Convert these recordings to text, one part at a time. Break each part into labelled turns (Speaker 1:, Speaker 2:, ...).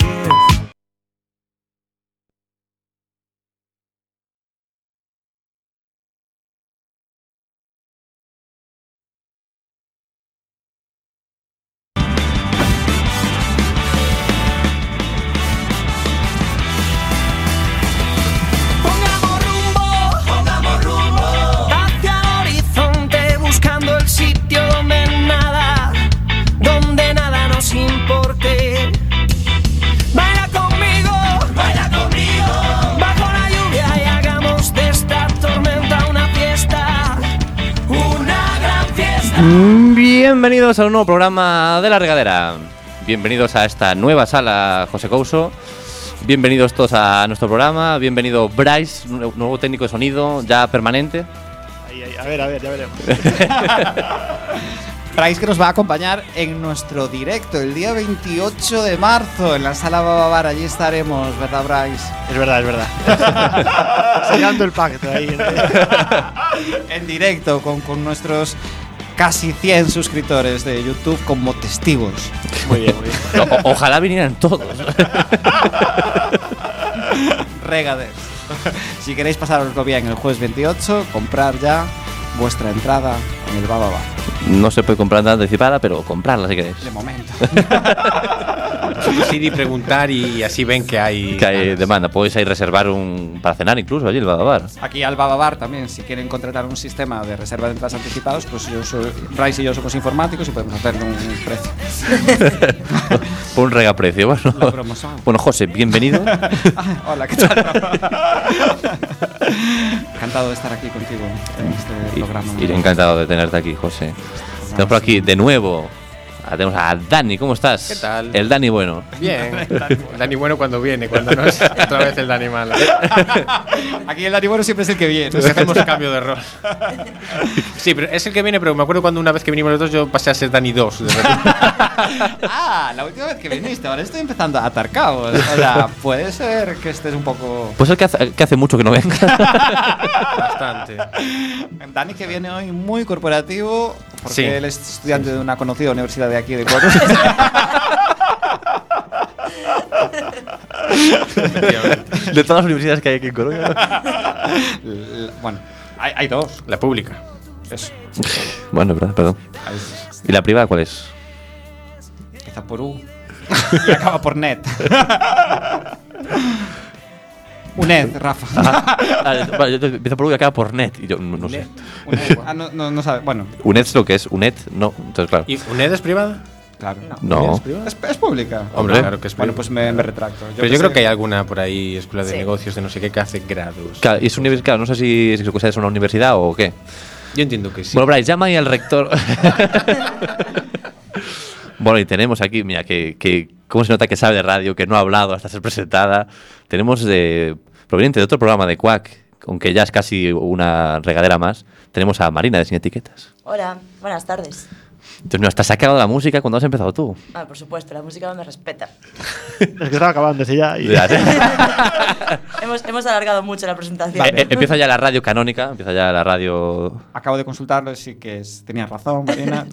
Speaker 1: years.
Speaker 2: Pongamos rumbo, pongamos rumbo hacia el horizonte buscando el sitio donde nada, donde nada nos importe. Baila conmigo, baila conmigo bajo la lluvia y hagamos de esta tormenta una fiesta, una gran fiesta.
Speaker 3: Bienvenidos a un nuevo programa de La Regadera. Bienvenidos a esta nueva sala, José Couso. Bienvenidos todos a nuestro programa. Bienvenido Bryce, nu- nuevo técnico de sonido, ya permanente.
Speaker 4: Ahí, ahí, a ver, a ver, ya veremos.
Speaker 5: Price que nos va a acompañar en nuestro directo el día 28 de marzo en la sala Bababar. Allí estaremos, ¿verdad, Price?
Speaker 4: Es verdad, es verdad. Sacando el pacto ahí.
Speaker 5: En directo con, con nuestros casi 100 suscriptores de YouTube como testigos.
Speaker 4: Muy bien, muy bien.
Speaker 3: O- o- ojalá vinieran todos.
Speaker 5: Regades. Si queréis pasaroslo bien el jueves 28, comprar ya vuestra entrada en el Bababar.
Speaker 3: No se puede comprar nada anticipada, pero comprarla si queréis.
Speaker 5: De momento.
Speaker 6: ir y preguntar y así ven que hay.
Speaker 3: Que hay demanda. Podéis ahí reservar un para cenar incluso allí el Badabar.
Speaker 5: Aquí al Bababar también, si quieren contratar un sistema de reserva de entradas anticipados, pues yo soy, Bryce y yo somos informáticos y podemos hacerle un precio.
Speaker 3: Por un regaprecio. Bueno,
Speaker 5: La promoción.
Speaker 3: bueno José, bienvenido.
Speaker 5: Ah, Hola, ¿qué tal? Encantado de estar aquí contigo en este programa.
Speaker 3: Y, y encantado de tenerte aquí, José. Tenemos por aquí de nuevo. a- Tenemos a Dani, ¿cómo estás?
Speaker 6: ¿Qué tal?
Speaker 3: El Dani bueno.
Speaker 6: Bien. El Dani bueno cuando viene, cuando no es otra vez el Dani malo.
Speaker 5: Aquí el Dani Bueno siempre es el que viene.
Speaker 6: Entonces hacemos cambio de rol. Sí, pero es el que viene, pero me acuerdo cuando una vez que vinimos los dos yo pasé a ser Dani 2. de repente.
Speaker 5: ah, la última vez que viniste, ahora estoy empezando a atar cabos. O sea, puede ser que estés un poco...
Speaker 3: Pues el que hace, el que hace mucho que no venga.
Speaker 6: Bastante.
Speaker 5: Dani que viene hoy muy corporativo, porque
Speaker 6: Sí.
Speaker 5: él es estudiante de una conocida universidad de aquí de Coro.
Speaker 6: efectivamente.
Speaker 3: de todas las universidades que hay aquí en Colombia.
Speaker 5: bueno, hay, hay dos.
Speaker 6: La pública.
Speaker 5: Eso.
Speaker 3: bueno, verdad, perdón.
Speaker 5: Hay dos.
Speaker 3: ¿Y la privada cuál es?
Speaker 5: Empieza por U y acaba por net. UNED, Rafa.
Speaker 3: Ah, vale, yo- yo empiezo por U y acaba por net. Y yo no, no sé.
Speaker 5: UNED. Ah, no, no, no sabe. Bueno,
Speaker 3: UNED es lo que es. UNED, no. Entonces, claro.
Speaker 6: ¿Y UNED es privada?
Speaker 5: claro.
Speaker 3: No.
Speaker 5: Es, es pública.
Speaker 3: Hombre.
Speaker 6: Oh, claro que es
Speaker 5: Bueno, pues
Speaker 6: privada.
Speaker 5: me, me retracto.
Speaker 6: pero yo
Speaker 5: pensé
Speaker 6: creo que hay alguna por ahí, escuela de
Speaker 7: Sí.
Speaker 6: negocios, de no sé qué, que hace grados.
Speaker 3: Claro, y es un nivel- claro, no sé si es que es una universidad o qué.
Speaker 6: Yo entiendo que sí.
Speaker 3: Bueno, Bryce, llama ahí al rector. bueno, y tenemos aquí, mira, que, que cómo se nota que sabe de radio, que no ha hablado hasta ser presentada. Tenemos de, proveniente de otro programa de Quack, aunque ya es casi una regadera más, tenemos a Marina de Sin Etiquetas.
Speaker 7: Hola, buenas tardes.
Speaker 3: Entonces, no, hasta sacado la música cuando has empezado tú.
Speaker 7: Ah, por supuesto, la música no me respeta.
Speaker 4: Es que estaba acabándose ya. Y
Speaker 3: Ya,
Speaker 7: Hemos, hemos alargado mucho la presentación.
Speaker 3: eh, eh, empieza ya la radio canónica, empieza ya la radio...
Speaker 5: Acabo de consultarlo, sí que es- tenía razón, Marina.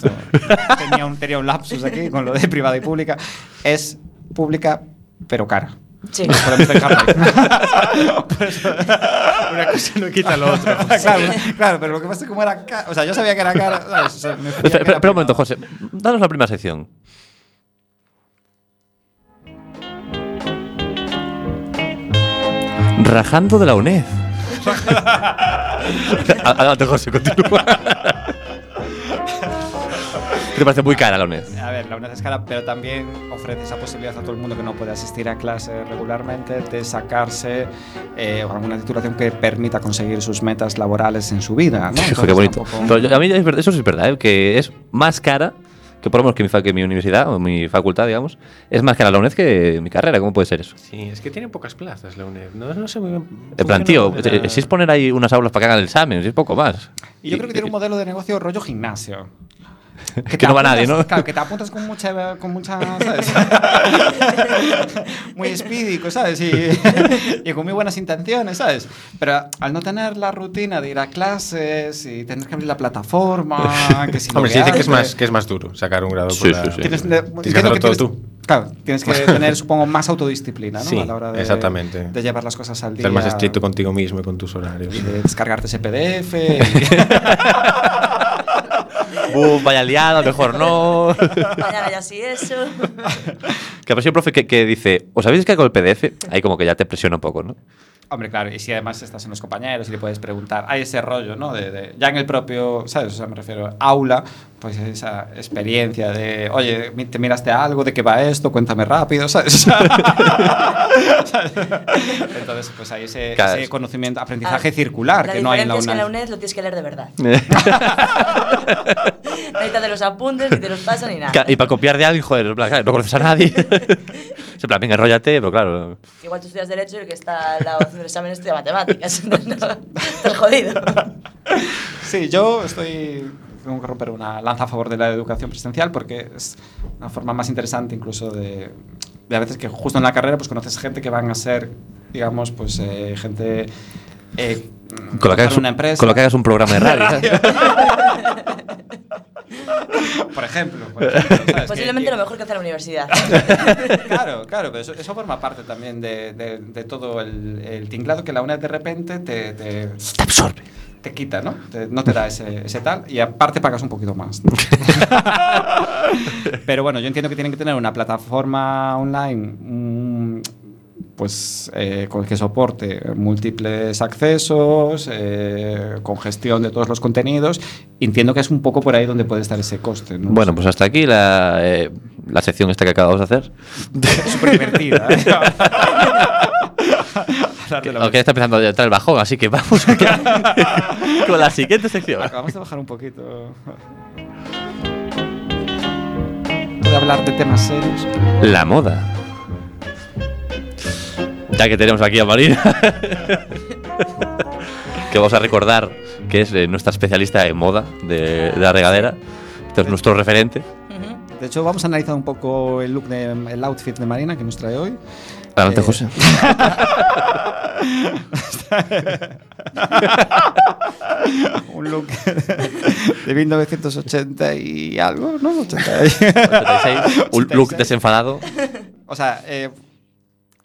Speaker 5: tenía, un, tenía un lapsus aquí con lo de privada y pública. Es pública, pero cara.
Speaker 7: Sí.
Speaker 5: Podemos dejarlo ahí.
Speaker 6: una cosa no quita lo otro.
Speaker 5: claro, claro, pero lo que pasa es que como era cara. O sea, yo sabía que era cara. ¿sabes? O sea, me fui a que
Speaker 3: Espera,
Speaker 5: era
Speaker 3: espera, espera un momento,
Speaker 5: privada.
Speaker 3: José. Danos la primera sección. Rajando de la UNED. Adelante, José, continúa. Te parece muy cara la UNED.
Speaker 5: A ver, la UNED es cara, pero también ofrece esa posibilidad a todo el mundo que no puede asistir a clase regularmente de sacarse eh, alguna titulación que permita conseguir sus metas laborales en su vida. ¿no?
Speaker 3: Hijo, qué
Speaker 5: Entonces,
Speaker 3: bonito.
Speaker 5: tampoco-
Speaker 3: Pero yo- a mí es verdad- eso sí es verdad, ¿eh? que es más cara que por lo menos que mi, fa- que mi universidad o mi facultad, digamos, es más cara la UNED que mi carrera. ¿Cómo puede ser eso?
Speaker 6: Sí, es que tiene pocas plazas la UNED. No, no sé muy bien.
Speaker 3: En plan, tío, eh,
Speaker 6: ¿Por qué no
Speaker 5: eh,
Speaker 6: le da-
Speaker 3: si es poner ahí unas aulas para que hagan el examen, si es poco más.
Speaker 5: Y yo creo que tiene un modelo de negocio rollo gimnasio.
Speaker 3: Que
Speaker 5: te
Speaker 3: no va nadie,
Speaker 5: apuntas-
Speaker 3: ¿no?
Speaker 5: Claro, que te apuntas con mucha. Con mucha ¿sabes? muy espídico, ¿sabes? Y, y con muy buenas intenciones, ¿sabes? Pero al no tener la rutina de ir a clases y tener que abrir la plataforma, que si
Speaker 6: Hombre, se dice que es,
Speaker 5: loguearte-
Speaker 6: más, que es más duro sacar un grado
Speaker 3: Sí,
Speaker 6: por la-
Speaker 3: sí, sí.
Speaker 5: pues, Tienes-
Speaker 6: Tienes que
Speaker 5: entiendo
Speaker 6: hacerlo
Speaker 5: que
Speaker 6: todo
Speaker 5: tienes-
Speaker 6: tú.
Speaker 5: Claro, tienes que tener, supongo, más autodisciplina ¿no?
Speaker 6: Sí,
Speaker 5: a la hora de,
Speaker 6: exactamente.
Speaker 5: de llevar las cosas al día.
Speaker 6: Ser más estricto contigo mismo y con tus horarios.
Speaker 5: Y de descargarte ese PDF. y-
Speaker 3: Buf, Uh, vaya liada, mejor no.
Speaker 7: Mañana ya sí eso.
Speaker 3: que apareció el profe que, que dice, ¿os habéis descargado el PDF? Ahí como que ya te presiona un poco, ¿no?
Speaker 5: Hombre, claro, y si además estás en los compañeros y le puedes preguntar, hay ese rollo, ¿no? De, de- ya en el propio, ¿sabes? O sea, me refiero aula, pues esa experiencia de, oye, mi- ¿te miraste algo? ¿De qué va esto? Cuéntame rápido, ¿sabes? Entonces, pues hay ese,
Speaker 3: Claro,
Speaker 5: ese
Speaker 3: es-
Speaker 5: conocimiento, aprendizaje
Speaker 7: Ah,
Speaker 5: circular
Speaker 7: la
Speaker 5: que no hay en la
Speaker 7: diferencia es que en la
Speaker 5: UNAM.
Speaker 7: UNED lo tienes que leer de verdad. Necesitas de los apuntes, ni te los pasan, ni nada.
Speaker 3: Ca- Y para copiar de alguien, joder, en plan, claro, no conoces a nadie. Es en plan, venga, enróllate, pero claro.
Speaker 7: Igual tú estudias Derecho y el que está al lado haciendo el examen estudia Matemáticas. No, estás jodido.
Speaker 5: Sí, yo estoy. Tengo que romper una lanza a favor de la educación presencial porque es una forma más interesante, incluso de. de a veces que justo en la carrera pues conoces gente que van a ser, digamos, pues eh, gente. eh,
Speaker 3: Con lo, que
Speaker 5: montar
Speaker 3: hagas,
Speaker 5: una empresa.
Speaker 3: con lo que hagas un programa de radio. ¿sabes?
Speaker 5: Por ejemplo. por ejemplo, ¿sabes? Que-
Speaker 7: Posiblemente
Speaker 5: que-
Speaker 7: lo mejor que hace la universidad.
Speaker 5: claro, claro, pero eso, eso forma parte también de, de- de todo el, el tinglado que la UNED de repente te, te, absorbe. Te quita, ¿no? Te- no te da ese, ese tal y aparte pagas un poquito más. ¿no? pero bueno, yo entiendo que tienen que tener una plataforma online. mm, pues eh, con que soporte múltiples accesos, eh, con gestión de todos los contenidos, entiendo que es un poco por ahí donde puede estar ese coste. ¿no?
Speaker 3: Bueno, pues hasta aquí la, eh, la sección esta que acabamos de hacer.
Speaker 5: Es súper divertida. ¿eh? Hablar de lo
Speaker 3: Aunque ya está empezando a entrar el bajón, así que vamos con la- con la siguiente sección.
Speaker 5: Acabamos de bajar un poquito. De hablar de temas serios.
Speaker 3: La moda. Ya que tenemos aquí a Marina. que vamos a recordar que es eh, nuestra especialista en moda de, de la regadera. Este es nuestro referente.
Speaker 7: Ujú.
Speaker 5: De hecho, vamos a analizar un poco el look, de, el outfit de Marina que nos trae hoy.
Speaker 3: Adelante,
Speaker 5: Eh,
Speaker 3: José.
Speaker 5: Un look de 1980 y algo, ¿no? 80 y-
Speaker 3: 86, un look desenfadado.
Speaker 5: O sea, eh,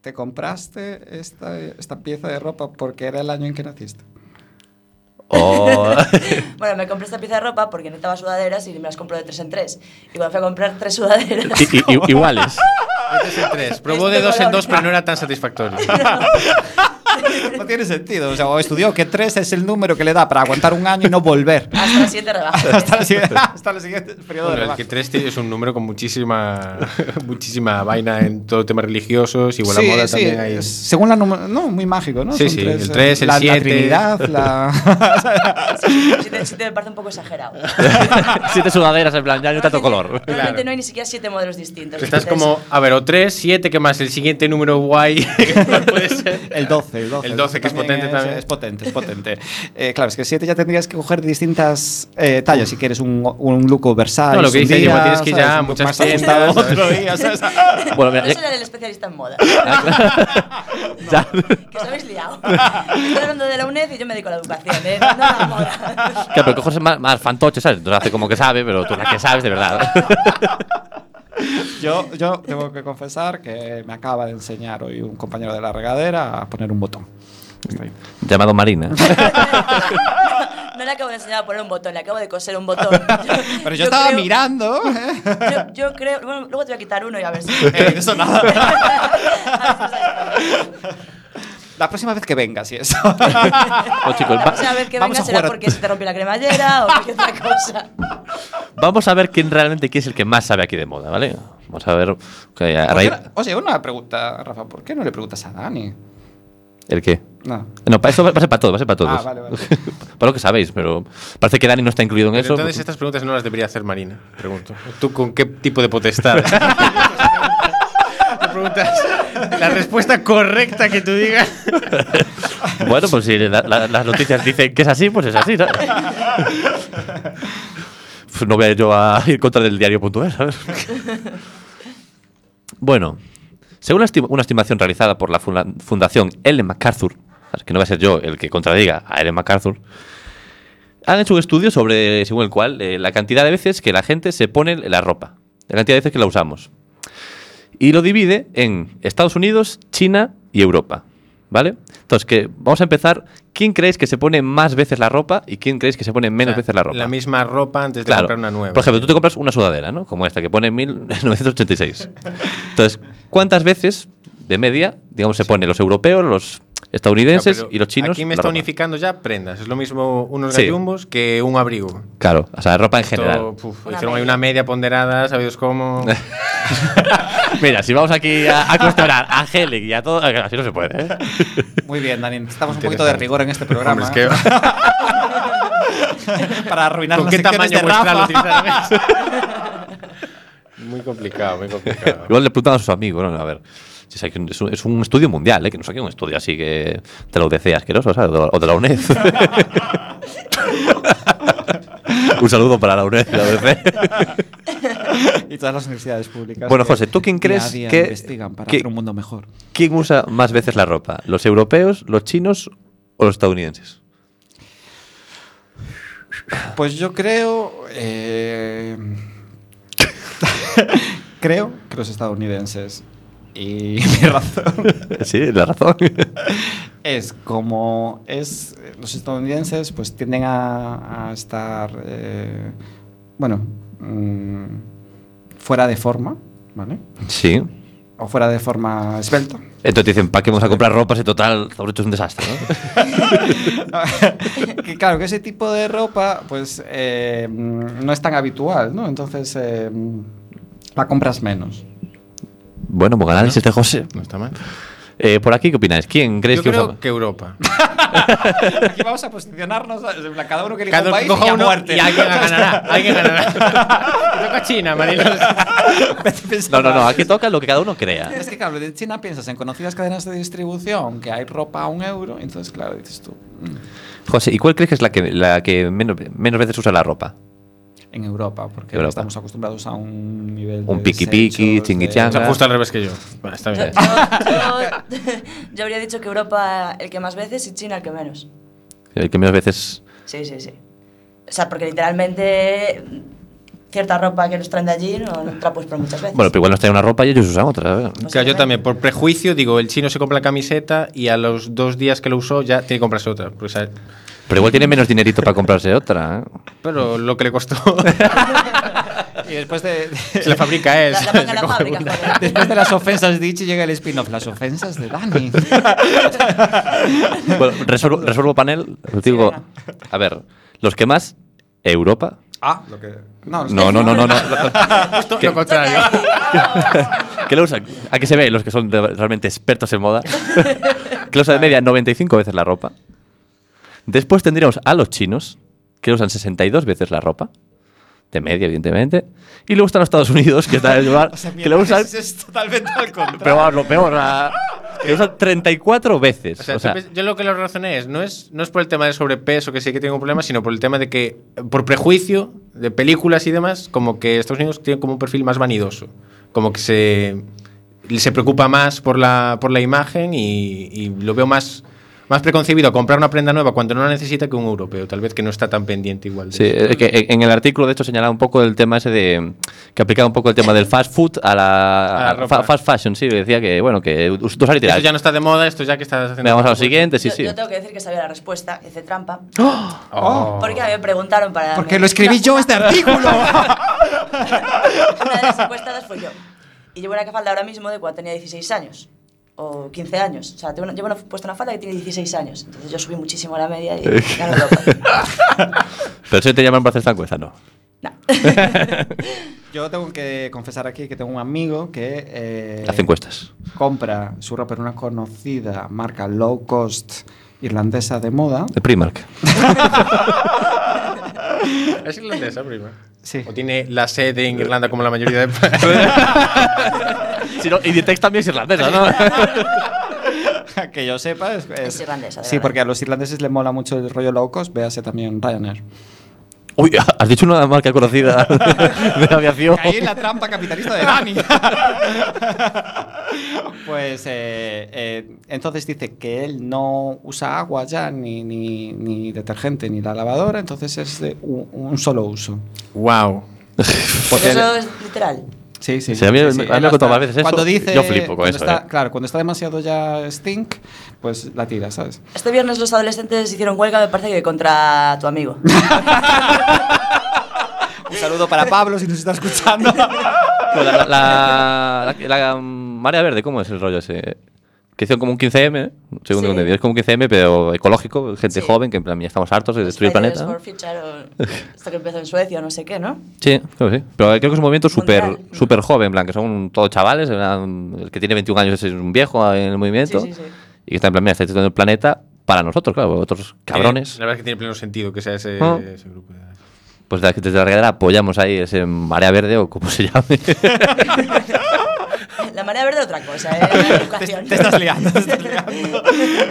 Speaker 5: te compraste esta, esta pieza de ropa porque era el año en que naciste.
Speaker 3: O-
Speaker 7: Bueno, me compré esta pieza de ropa porque necesitaba sudaderas y me las compro de tres en tres. Y cuando fui a comprar tres sudaderas.
Speaker 3: i- i- i- iguales.
Speaker 6: Tres en tres. Probó de
Speaker 7: Este
Speaker 6: dos en
Speaker 7: color.
Speaker 6: dos, pero no era tan satisfactorio.
Speaker 5: No tiene sentido. O sea, o estudió que 3 es el número que le da para aguantar un año y no volver.
Speaker 7: Hasta las siete rebajas.
Speaker 5: Hasta el siguiente, hasta el siguiente periodo
Speaker 6: Bueno,
Speaker 5: de
Speaker 6: el
Speaker 5: rebaja.
Speaker 6: que tres tío, es un número con muchísima, muchísima vaina en todo temas religiosos, igual
Speaker 5: Sí,
Speaker 6: la moda
Speaker 5: sí,
Speaker 6: también hay.
Speaker 5: es- Según la número. No, muy mágico, ¿no? eh,
Speaker 6: Sí, sí, el tres, el
Speaker 5: la,
Speaker 6: siete.
Speaker 5: La Trinidad, la.
Speaker 7: Si te, sí te parece un poco exagerado.
Speaker 3: Siete sudaderas en plan, ya no hay tanto color.
Speaker 7: Realmente
Speaker 6: Claro.
Speaker 7: no hay ni siquiera siete modelos distintos.
Speaker 6: Estás
Speaker 7: Entonces,
Speaker 6: como, a ver, o tres, siete, ¿qué más? El siguiente número guay. ¿Cuál puede ser?
Speaker 5: El 12, el 12.
Speaker 6: El 12, que es potente
Speaker 5: es,
Speaker 6: también.
Speaker 5: Es potente, es potente. Eh, claro, es que 7 ya tendrías que coger distintas eh, tallas si quieres un, un look oversize.
Speaker 6: No, lo que
Speaker 5: un
Speaker 6: dice
Speaker 5: día,
Speaker 6: Gemma, tienes que ir ya
Speaker 5: ¿sabes?
Speaker 6: a
Speaker 5: Un look
Speaker 6: muchas
Speaker 5: más
Speaker 6: tiendas,
Speaker 5: ajustado
Speaker 6: ¿sabes?
Speaker 5: otro día, ¿sabes?
Speaker 3: Bueno, mira,
Speaker 7: No
Speaker 3: ya-
Speaker 5: Eh.
Speaker 7: soy el especialista en moda.
Speaker 3: ya-
Speaker 7: Que os habéis liado. Estoy hablando de la UNED y yo me dedico a la educación, ¿eh? No a la moda.
Speaker 3: Claro, pero que José es más, más fantoche, ¿sabes? Entonces hace como que sabe, pero tú la que sabes de verdad.
Speaker 5: Yo, yo tengo que confesar que me acaba de enseñar hoy un compañero de la regadera a poner un botón.
Speaker 3: Llamado Marina.
Speaker 7: No le acabo de enseñar a poner un botón, le acabo de coser un botón.
Speaker 5: Pero yo, estaba
Speaker 7: creo-
Speaker 5: mirando. ¿eh?
Speaker 7: Yo, yo creo. Bueno, luego te voy a quitar uno y a ver si.
Speaker 5: Eh, eso nada.
Speaker 7: A ver si os dais
Speaker 5: La próxima vez que vengas y eso.
Speaker 3: Oh, chicos,
Speaker 7: cuenta.
Speaker 3: va-
Speaker 7: O sea, a ver qué
Speaker 5: Vamos
Speaker 7: venga
Speaker 5: a
Speaker 7: será
Speaker 5: jugar a-
Speaker 7: porque se te rompió la cremallera o cualquier otra cosa.
Speaker 3: Vamos a ver quién realmente quién es el que más sabe aquí de moda, ¿vale? Vamos a ver. que a
Speaker 5: ¿Por
Speaker 3: raíz-
Speaker 5: qué no- Oye, una pregunta, Rafa, ¿por qué no le preguntas a Dani?
Speaker 3: ¿El qué?
Speaker 5: No.
Speaker 3: No, para eso va va a ser para todos, va a ser para todos.
Speaker 5: Ah, vale, vale.
Speaker 3: para lo que sabéis, pero parece que Dani no está incluido en
Speaker 6: Pero
Speaker 3: eso.
Speaker 6: entonces estas preguntas no las debería hacer Marina, pregunto. ¿Tú con qué tipo de potestad? Te preguntas la respuesta correcta que tú digas.
Speaker 3: Bueno, pues si la- la- las noticias dicen que es así, pues es así. ¿no? Pues no voy a yo a ir contra del diario.es. ¿sabes? Bueno, según la estima- una estimación realizada por la funda- Fundación Ellen MacArthur, que no va a ser yo el que contradiga a Ellen MacArthur, han hecho un estudio sobre, según el cual, eh, la cantidad de veces que la gente se pone la ropa, la cantidad de veces que la usamos. y lo divide en Estados Unidos, China y Europa. ¿Vale? Entonces, que vamos a empezar. ¿Quién creéis que se pone más veces la ropa y quién creéis que se pone menos
Speaker 6: O sea,
Speaker 3: veces la ropa?
Speaker 6: La misma ropa antes de
Speaker 3: Claro.
Speaker 6: comprar una nueva.
Speaker 3: Por ejemplo, tú te compras una sudadera, ¿no? Como esta que pone 1986. Entonces, ¿cuántas veces de media, digamos, se pone los europeos, los
Speaker 6: Claro,
Speaker 3: estadounidenses
Speaker 6: pero
Speaker 3: y los chinos?
Speaker 6: Aquí me
Speaker 3: la
Speaker 6: está
Speaker 3: ropa?
Speaker 6: unificando ya prendas. Es lo mismo unos
Speaker 3: Sí.
Speaker 6: gallumbos que un abrigo.
Speaker 3: Claro, o sea, ropa en general.
Speaker 6: Esto, puf,
Speaker 7: Una
Speaker 6: hicieron ahí
Speaker 7: media.
Speaker 6: una media ponderada, sabidos cómo.
Speaker 3: Mira, si vamos aquí a, a cuestionar a Helic y a todo, así no se puede. ¿eh?
Speaker 5: Muy bien, Dani. Estamos un poquito de rigor en este programa.
Speaker 6: Hombre, es que-
Speaker 5: Para arruinar
Speaker 6: ¿Con
Speaker 5: las
Speaker 6: qué
Speaker 5: secciones
Speaker 6: tamaño
Speaker 5: de
Speaker 6: muestral
Speaker 5: Rafa.
Speaker 6: utilizarás? Muy complicado, muy complicado.
Speaker 3: Igual le preguntan a sus amigos, ¿no? a ver. si es que es un- es un estudio mundial, ¿eh? que no sé qué, un estudio así que te lo decía asqueroso, ¿sabes? O de la- O de la UNED. un saludo para la UNED y la UNED.
Speaker 5: Y todas las universidades públicas.
Speaker 3: Bueno,
Speaker 5: que
Speaker 3: José, ¿tú quién
Speaker 5: día
Speaker 3: crees
Speaker 5: a día
Speaker 3: que-
Speaker 5: investigan para
Speaker 3: que-
Speaker 5: hacer un mundo mejor?
Speaker 3: ¿Quién usa más veces la ropa? ¿Los europeos, los chinos o los estadounidenses?
Speaker 5: Pues yo creo. eh, creo que los estadounidenses. Y mi razón
Speaker 3: Sí, la razón.
Speaker 5: es como es los estadounidenses pues tienden a, a estar eh, bueno mm, fuera de forma vale
Speaker 3: sí.
Speaker 5: o fuera de forma esbelta
Speaker 3: Entonces dicen, ¿para qué vamos a comprar ropa si total estamos hechos un desastre? ¿no?
Speaker 5: que claro, que ese tipo de ropa, pues eh, mm, no es tan habitual, ¿no? Entonces eh, mm, la compras menos.
Speaker 3: Bueno, pues ganar este José.
Speaker 6: No está mal.
Speaker 3: Eh, por aquí, ¿qué opináis? ¿Quién creéis que
Speaker 6: Yo
Speaker 3: usa
Speaker 6: creo
Speaker 3: más?
Speaker 6: que Europa.
Speaker 5: Aquí vamos a posicionarnos, en plan, cada uno que elija
Speaker 6: Cada
Speaker 5: un
Speaker 6: uno
Speaker 5: país
Speaker 6: coja
Speaker 5: y a
Speaker 6: uno
Speaker 5: muerte.
Speaker 6: y alguien ganará. Alguien ganará. Te toca China, Marilos.
Speaker 3: No, no, no, aquí toca lo que cada uno crea.
Speaker 5: Es que claro, de China piensas en conocidas cadenas de distribución que hay ropa a un euro, entonces claro, dices tú, mm,
Speaker 3: José, ¿y cuál crees que es la que, la que menos, menos veces usa la ropa?
Speaker 5: en Europa, porque
Speaker 3: Europa.
Speaker 5: estamos acostumbrados a un nivel
Speaker 3: Un
Speaker 5: de
Speaker 3: piqui piqui,
Speaker 5: desechos,
Speaker 3: chingui
Speaker 5: de-
Speaker 3: changa.
Speaker 6: O sea, justo al revés que yo. Bueno, está
Speaker 7: Yo,
Speaker 6: bien.
Speaker 7: yo- yo- yo habría dicho que Europa el que más veces y China el que menos.
Speaker 3: El que menos veces.
Speaker 7: Sí, sí, sí. O sea, porque literalmente mm, cierta ropa que nos traen de allí no, no te la puedes poner muchas veces.
Speaker 3: Bueno, pero igual nos traen una ropa y ellos usan otra. ¿sabes?
Speaker 6: Claro,
Speaker 7: ¿eh?
Speaker 6: yo también, por prejuicio, digo, el chino se compra la camiseta y a los dos días que lo usó ya tiene que comprarse otra. porque sabe-
Speaker 3: Pero igual tienen menos dinerito para comprarse otra. ¿eh?
Speaker 6: Pero lo que le costó
Speaker 5: Y después de,
Speaker 6: se la fabrica él.
Speaker 7: La- la
Speaker 6: ¿sabes? Se
Speaker 7: manga en la
Speaker 6: coge
Speaker 7: fábrica,
Speaker 6: una.
Speaker 7: joder.
Speaker 5: después de las ofensas de Ichi llega el spin-off, las ofensas de Dani.
Speaker 3: Bueno, resuelvo, resuelvo panel. os digo,
Speaker 7: venga.
Speaker 3: a ver, los que más. Europa.
Speaker 5: Ah, lo que. No,
Speaker 3: No, no, no, no. no.
Speaker 6: Justo
Speaker 3: ¿Qué?
Speaker 6: lo contrario.
Speaker 3: ¿Qué lo usan? A que se ve los que son de- realmente expertos en moda. que lo usan de media 95 veces la ropa. Después tendríamos a los chinos, que lo usan 62 veces la ropa. De media, evidentemente. Y luego están los Estados Unidos, que está en el lugar, que lo usan
Speaker 5: es totalmente al contrario.
Speaker 3: Pero vamos, lo peor, a- que lo usan 34 veces.
Speaker 6: O sea, tú pi- yo lo que lo razoné es no, es, no es por el tema del sobrepeso, que sí que tengo un problema, sino por el tema de que, eh, por prejuicio de películas y demás, como que Estados Unidos tiene como un perfil más vanidoso. Como que se, se preocupa más por la, por la imagen y, y lo veo más, más preconcebido a comprar una prenda nueva cuando no la necesita que un europeo, tal vez que no está tan pendiente igual. de
Speaker 3: Sí,
Speaker 6: eso.
Speaker 3: eh, que en- en el artículo de hecho señalaba un poco el tema ese de que aplicaba un poco el tema del fast food a la,
Speaker 6: A la
Speaker 3: a
Speaker 6: ropa.
Speaker 3: fa- fast fashion, sí, decía que bueno, que us- usar y tirar.
Speaker 6: Esto ya no está de moda, esto ya que estás haciendo.
Speaker 3: Venga, Vamos a lo siguiente, sí,
Speaker 7: yo,
Speaker 3: sí.
Speaker 7: yo tengo que decir que sabía la respuesta, hice trampa.
Speaker 6: Oh.
Speaker 7: Porque me preguntaron para.
Speaker 5: Porque lo escribí yo este artículo.
Speaker 7: Una de las encuestadas fue yo. Y llevo una falda ahora mismo de cuando tenía 16 años. O 15 años. O sea, tengo una- llevo una, puesto una falda que tiene 16 años. Entonces yo subí muchísimo la media y ya no toco.
Speaker 3: Pero eso te llaman para hacer esta encuesta, no.
Speaker 7: No.
Speaker 5: Yo tengo que confesar aquí que tengo un amigo que eh,
Speaker 3: Hace encuestas.
Speaker 5: compra su ropa en una conocida marca low cost irlandesa de moda.
Speaker 3: El Primark.
Speaker 6: ¿Es irlandesa, prima?
Speaker 5: Sí.
Speaker 6: ¿O tiene la sede en Irlanda como la mayoría de
Speaker 3: y Ditex también es irlandesa, ¿no?
Speaker 5: que yo sepa es,
Speaker 7: Es irlandesa, de
Speaker 5: Sí,
Speaker 7: verdad.
Speaker 5: porque a los irlandeses les mola mucho el rollo low cost. Véase también Ryanair.
Speaker 3: Uy, has dicho una marca conocida de la aviación.
Speaker 5: la trampa capitalista de Dani. pues eh, eh, entonces dice que él no usa agua ya, ni, ni, ni detergente, ni la lavadora, entonces es de un, un solo uso.
Speaker 6: ¡Wow!
Speaker 7: Pero eso es literal.
Speaker 5: Sí, sí.
Speaker 3: Sí, a mí- a mí me
Speaker 5: él
Speaker 3: han contado
Speaker 5: hasta-
Speaker 3: más veces eso,
Speaker 5: cuando dice-
Speaker 3: yo flipo con
Speaker 5: cuando
Speaker 3: eso,
Speaker 5: está-
Speaker 3: eh.
Speaker 5: Claro, cuando está demasiado ya stink, pues la tira, ¿sabes?
Speaker 7: Este viernes los adolescentes hicieron huelga, me parece que contra tu amigo.
Speaker 5: Un saludo para Pablo si nos está escuchando.
Speaker 3: Bueno, la, la, la- la- la marea verde, ¿cómo es el rollo ese? Que hicieron como un 15M, según
Speaker 7: Sí.
Speaker 3: tengo entendido. Es como un 15M, pero ecológico, gente
Speaker 7: Sí. Pues
Speaker 3: joven, que en plan, ya estamos hartos de destruir el
Speaker 7: Fridays
Speaker 3: planeta.
Speaker 7: for Future, o esto que empezó en Suecia, no sé qué, ¿no?
Speaker 3: Sí, creo que sí. Pero creo que es un movimiento súper
Speaker 7: Mundial.
Speaker 3: super joven, en plan, que son todos chavales, en plan, el que tiene 21 años es un viejo en el movimiento.
Speaker 7: Sí, sí, sí.
Speaker 3: Y que está en plan, mira, está destruyendo el planeta para nosotros, claro, otros cabrones.
Speaker 6: Eh, la verdad es que tiene pleno sentido que sea ese,
Speaker 3: Ah.
Speaker 6: ese grupo. de edad.
Speaker 3: Pues desde desde la regadera apoyamos ahí ese marea verde o como se llame.
Speaker 7: La marea verde otra cosa, ¿eh? La educación.
Speaker 5: te estás liando, te estás liando.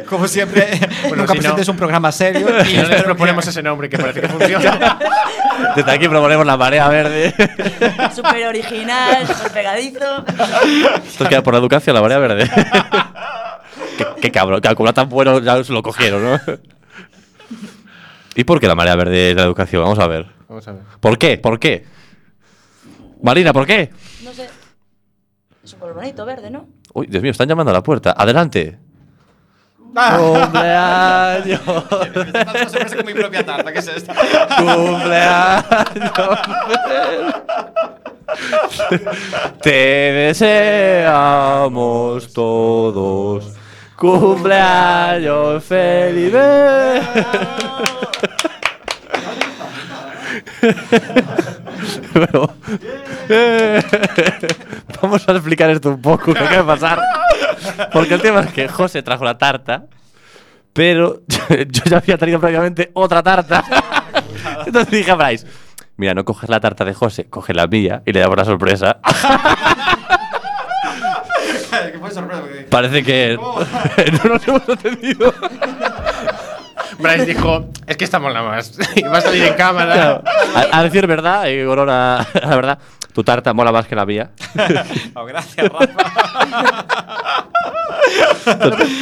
Speaker 5: Como siempre,
Speaker 6: Bueno,
Speaker 5: nunca
Speaker 6: si no-
Speaker 5: presentes un programa serio.
Speaker 6: Y no les proponemos ese nombre que parece que funciona.
Speaker 3: desde aquí proponemos la marea verde.
Speaker 7: Súper original, súper pegadizo.
Speaker 3: Esto queda por la educación, la marea verde. qué, qué cabrón, claro, como era tan bueno, ya se lo cogieron, ¿no? ¿Y por qué la marea verde es la educación? Vamos a ver.
Speaker 6: Vamos a ver.
Speaker 3: ¿Por qué? ¿Por qué? Marina, ¿por qué?
Speaker 7: No sé. Es un color bonito, verde, ¿no?
Speaker 3: Uy, Dios mío, están llamando a la puerta. Adelante. ¡Cumpleaños!
Speaker 5: con mi propia tarta, ¿qué es esto?
Speaker 3: ¡Cumpleaños! Te deseamos todos cumpleaños felices. Bueno, eh, vamos a explicar esto un poco, lo que va a pasar. Porque el tema es que José trajo la tarta, pero yo ya había traído previamente otra tarta. Entonces dije a Bryce, mira, no coges la tarta de José, coge la mía y le damos la sorpresa.
Speaker 5: Que fue sorpresa porque
Speaker 3: Parece que no nos hemos entendido.
Speaker 6: Bryce dijo, es que estamos la más. Y va a salir en cámara.
Speaker 3: A, a decir verdad, y con honor a- a la verdad, tu tarta mola más que la mía.
Speaker 5: Oh, gracias, Rafa.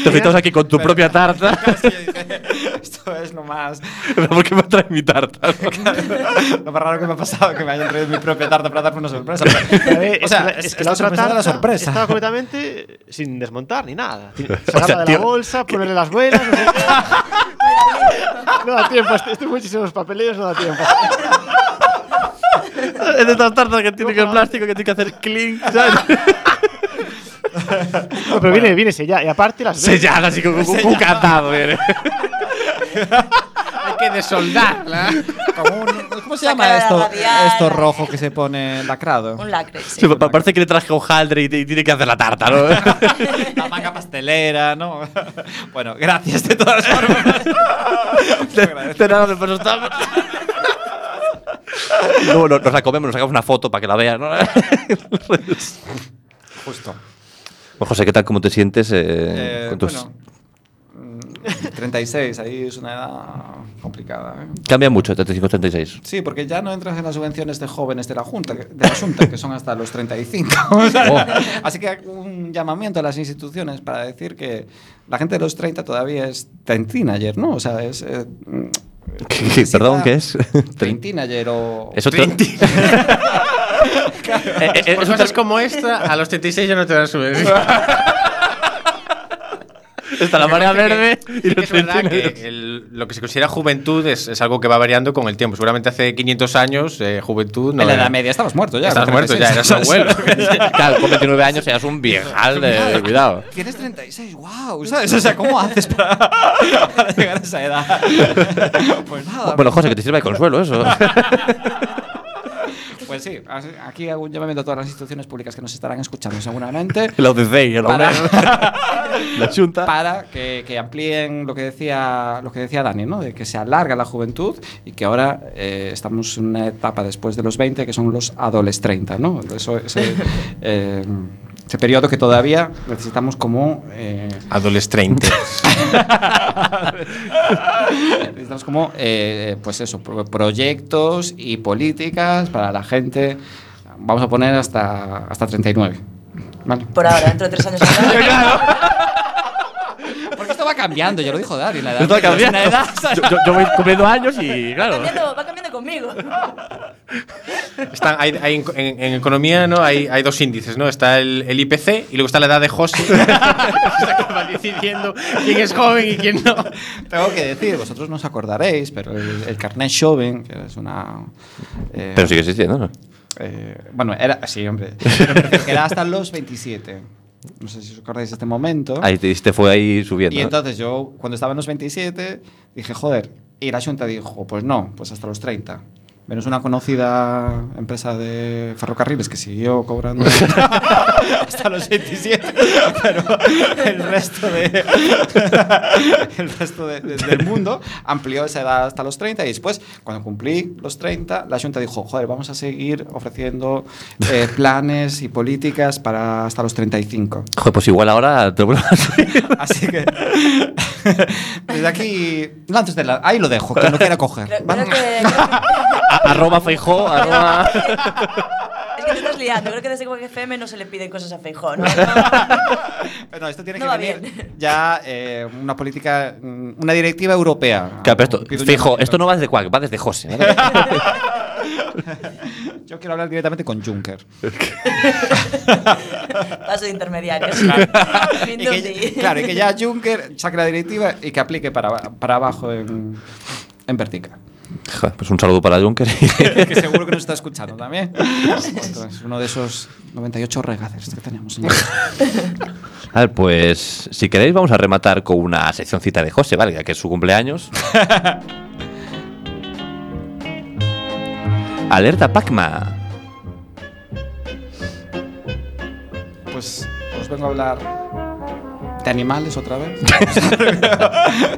Speaker 3: Te citamos aquí con tu propia tarta.
Speaker 5: Es que yo dije, Esto es lo más,
Speaker 3: ¿Por qué me traes mi tarta?
Speaker 5: lo más raro que me ha pasado, que me hayan traído mi propia tarta para darme una sorpresa. Pero- eh, o sea, es, es la sorpresa de la sorpresa.
Speaker 4: estaba completamente sin desmontar ni nada. Ti-
Speaker 3: O
Speaker 4: Sacarla
Speaker 3: sea,
Speaker 4: de
Speaker 3: tío,
Speaker 4: la bolsa, ponerle las vuelas. No, sé qué. No da tiempo, este- estos muchísimos papeleos no da tiempo.
Speaker 3: Es de estas tartas que tiene que el plástico, que tiene que hacer clink, ¿sabes?
Speaker 4: No, pero viene, viene sellada. Y aparte las ves.
Speaker 3: Sellada así con un cucatado. ¿eh? viene.
Speaker 6: Hay que desoldarla.
Speaker 5: Como un- ¿Cómo se
Speaker 7: La
Speaker 5: llama
Speaker 7: cara
Speaker 5: esto?
Speaker 7: radial.
Speaker 5: Esto rojo que se pone lacrado.
Speaker 7: Un lacre, sí.
Speaker 3: Sí, pa- Parece que le traje hojaldre y y tiene que hacer la tarta, ¿no?
Speaker 5: La manga pastelera, ¿no? Bueno, gracias de todas formas.
Speaker 3: De nada, de paso estamos. Luego nos, nos la comemos, nos sacamos una foto para que la vean. ¿no?
Speaker 5: Justo.
Speaker 3: Bueno, Pues, José, ¿qué tal? ¿Cómo te sientes? eh,
Speaker 5: Eh,
Speaker 3: con tus-
Speaker 5: bueno, mm, 36, ahí es una edad complicada. ¿eh?
Speaker 3: Cambia mucho, 35-36.
Speaker 5: Sí, porque ya no entras en las subvenciones de jóvenes de la Junta, que- de la Junta que son hasta los 35. o sea,
Speaker 6: Oh.
Speaker 5: Así que un llamamiento a las instituciones para decir que la gente de los 30 todavía es ayer, ¿no? O sea, es... eh, mm, necesita
Speaker 3: Perdón, ¿qué es?
Speaker 5: Treintinager o...
Speaker 3: Es otro-
Speaker 6: Trinity.
Speaker 3: Eh, eh, es
Speaker 6: Por
Speaker 3: un
Speaker 6: cosas
Speaker 3: ter-
Speaker 6: como esta, a los 36 ya no te dan subvención.
Speaker 3: Está la marea
Speaker 6: Porque
Speaker 3: verde y
Speaker 6: sí que
Speaker 3: los
Speaker 6: es verdad
Speaker 3: centenarios.
Speaker 6: que el- lo que se considera juventud es, es algo que va variando con el tiempo. Seguramente hace 500 años, eh, juventud no.
Speaker 5: en la
Speaker 6: era-
Speaker 5: Edad Media estabas muerto ya.
Speaker 6: Estabas
Speaker 5: con
Speaker 6: muerto ya,
Speaker 5: 36.
Speaker 6: eras abuelo.
Speaker 3: Claro, con 29 años seas un viejal de, de cuidado.
Speaker 5: Tienes 36, wow, ¿sabes? O sea, ¿cómo haces para, para llegar a esa edad? Pues nada,
Speaker 3: Ah, Bueno, José, que te sirva de consuelo eso.
Speaker 5: pues sí, así- aquí hago un llamamiento a todas las instituciones públicas que nos estarán escuchando seguramente
Speaker 3: La UCC, la
Speaker 5: Para.
Speaker 3: UNED, la Junta.
Speaker 5: para que, que amplíen lo que decía lo que decía Dani, ¿no? De que se alarga la juventud y que ahora eh, estamos en una etapa después de los 20 que son los adoles 30, ¿no? Eso, ese, eh, ese periodo que todavía necesitamos como eh,
Speaker 6: Adolescentes.
Speaker 5: Necesitamos como, eh, pues eso, pro- proyectos y políticas para la gente. Vamos a poner hasta, hasta 39. ¿Vale?
Speaker 7: Por ahora, dentro de tres años.
Speaker 5: Porque esto va cambiando, ya lo dijo Dari. La edad
Speaker 3: Esto va
Speaker 5: media es una
Speaker 3: cambiando.
Speaker 5: edad, ¿sabes?
Speaker 3: Yo, yo- yo voy cumpliendo años y
Speaker 7: Va
Speaker 3: claro.
Speaker 7: cambiando, va cambiando conmigo.
Speaker 6: Están- hay- hay en, en- en economía ¿no? hay, hay dos índices, ¿no? Está el, el IPC y luego está la edad de José. Se acaba decidiendo quién es joven y quién no.
Speaker 5: Tengo que decir, vosotros no os acordaréis, pero el, el carnet joven, que es una. eh,
Speaker 3: Pero sigue existiendo, ¿no?
Speaker 5: eh, bueno, era. Sí, hombre. Pero me refiero que era hasta los 27. No sé si os acordáis de este momento.
Speaker 3: Ahí te, te fue ahí subiendo.
Speaker 5: Y
Speaker 3: ¿no?
Speaker 5: entonces yo, cuando estaba en los 27, dije, joder. Y la Junta dijo, pues no, pues hasta los 30. Menos una conocida empresa de ferrocarriles que siguió cobrando hasta los 27. Pero el resto, de, el resto de- de- del mundo amplió esa edad hasta los 30. Y después, cuando cumplí los 30, la Junta dijo, joder, vamos a seguir ofreciendo eh, planes y políticas para hasta los 35.
Speaker 3: Joder, pues igual ahora te lo vuelvo a subir.
Speaker 5: Así que desde aquí lanzas de la- ahí lo dejo, que no quiera coger.
Speaker 7: Creo,
Speaker 5: ¿vale?
Speaker 7: creo que, creo
Speaker 3: A- Arroba Feijó, arroba.
Speaker 7: que- es que te estás liando. Creo que desde Quack FM no se le piden cosas a Feijón.
Speaker 5: Pero no, esto tiene
Speaker 7: No
Speaker 5: que
Speaker 7: va
Speaker 5: venir
Speaker 7: bien.
Speaker 5: ya eh, una política, mm, una directiva europea.
Speaker 3: Claro, pero esto,
Speaker 5: Pido un
Speaker 3: Feijó,
Speaker 5: llamamiento.
Speaker 3: esto no va desde Quack, va desde José.
Speaker 5: Yo quiero hablar directamente con Juncker.
Speaker 7: Paso de intermediarios.
Speaker 5: Y
Speaker 7: Min
Speaker 5: que
Speaker 7: Dundi.
Speaker 5: ya- claro, y que ya Juncker saque la directiva y que aplique para, para abajo en, en vertical.
Speaker 3: Joder, pues un saludo para Juncker.
Speaker 5: que seguro que nos está escuchando también. Pues, Es uno de esos 98 regaders que tenemos. señor.
Speaker 3: A ver, pues si queréis vamos a rematar con una seccioncita de José, ¿vale? Ya que es su cumpleaños. Alerta Pacma.
Speaker 5: Pues os vengo a hablar de animales otra vez.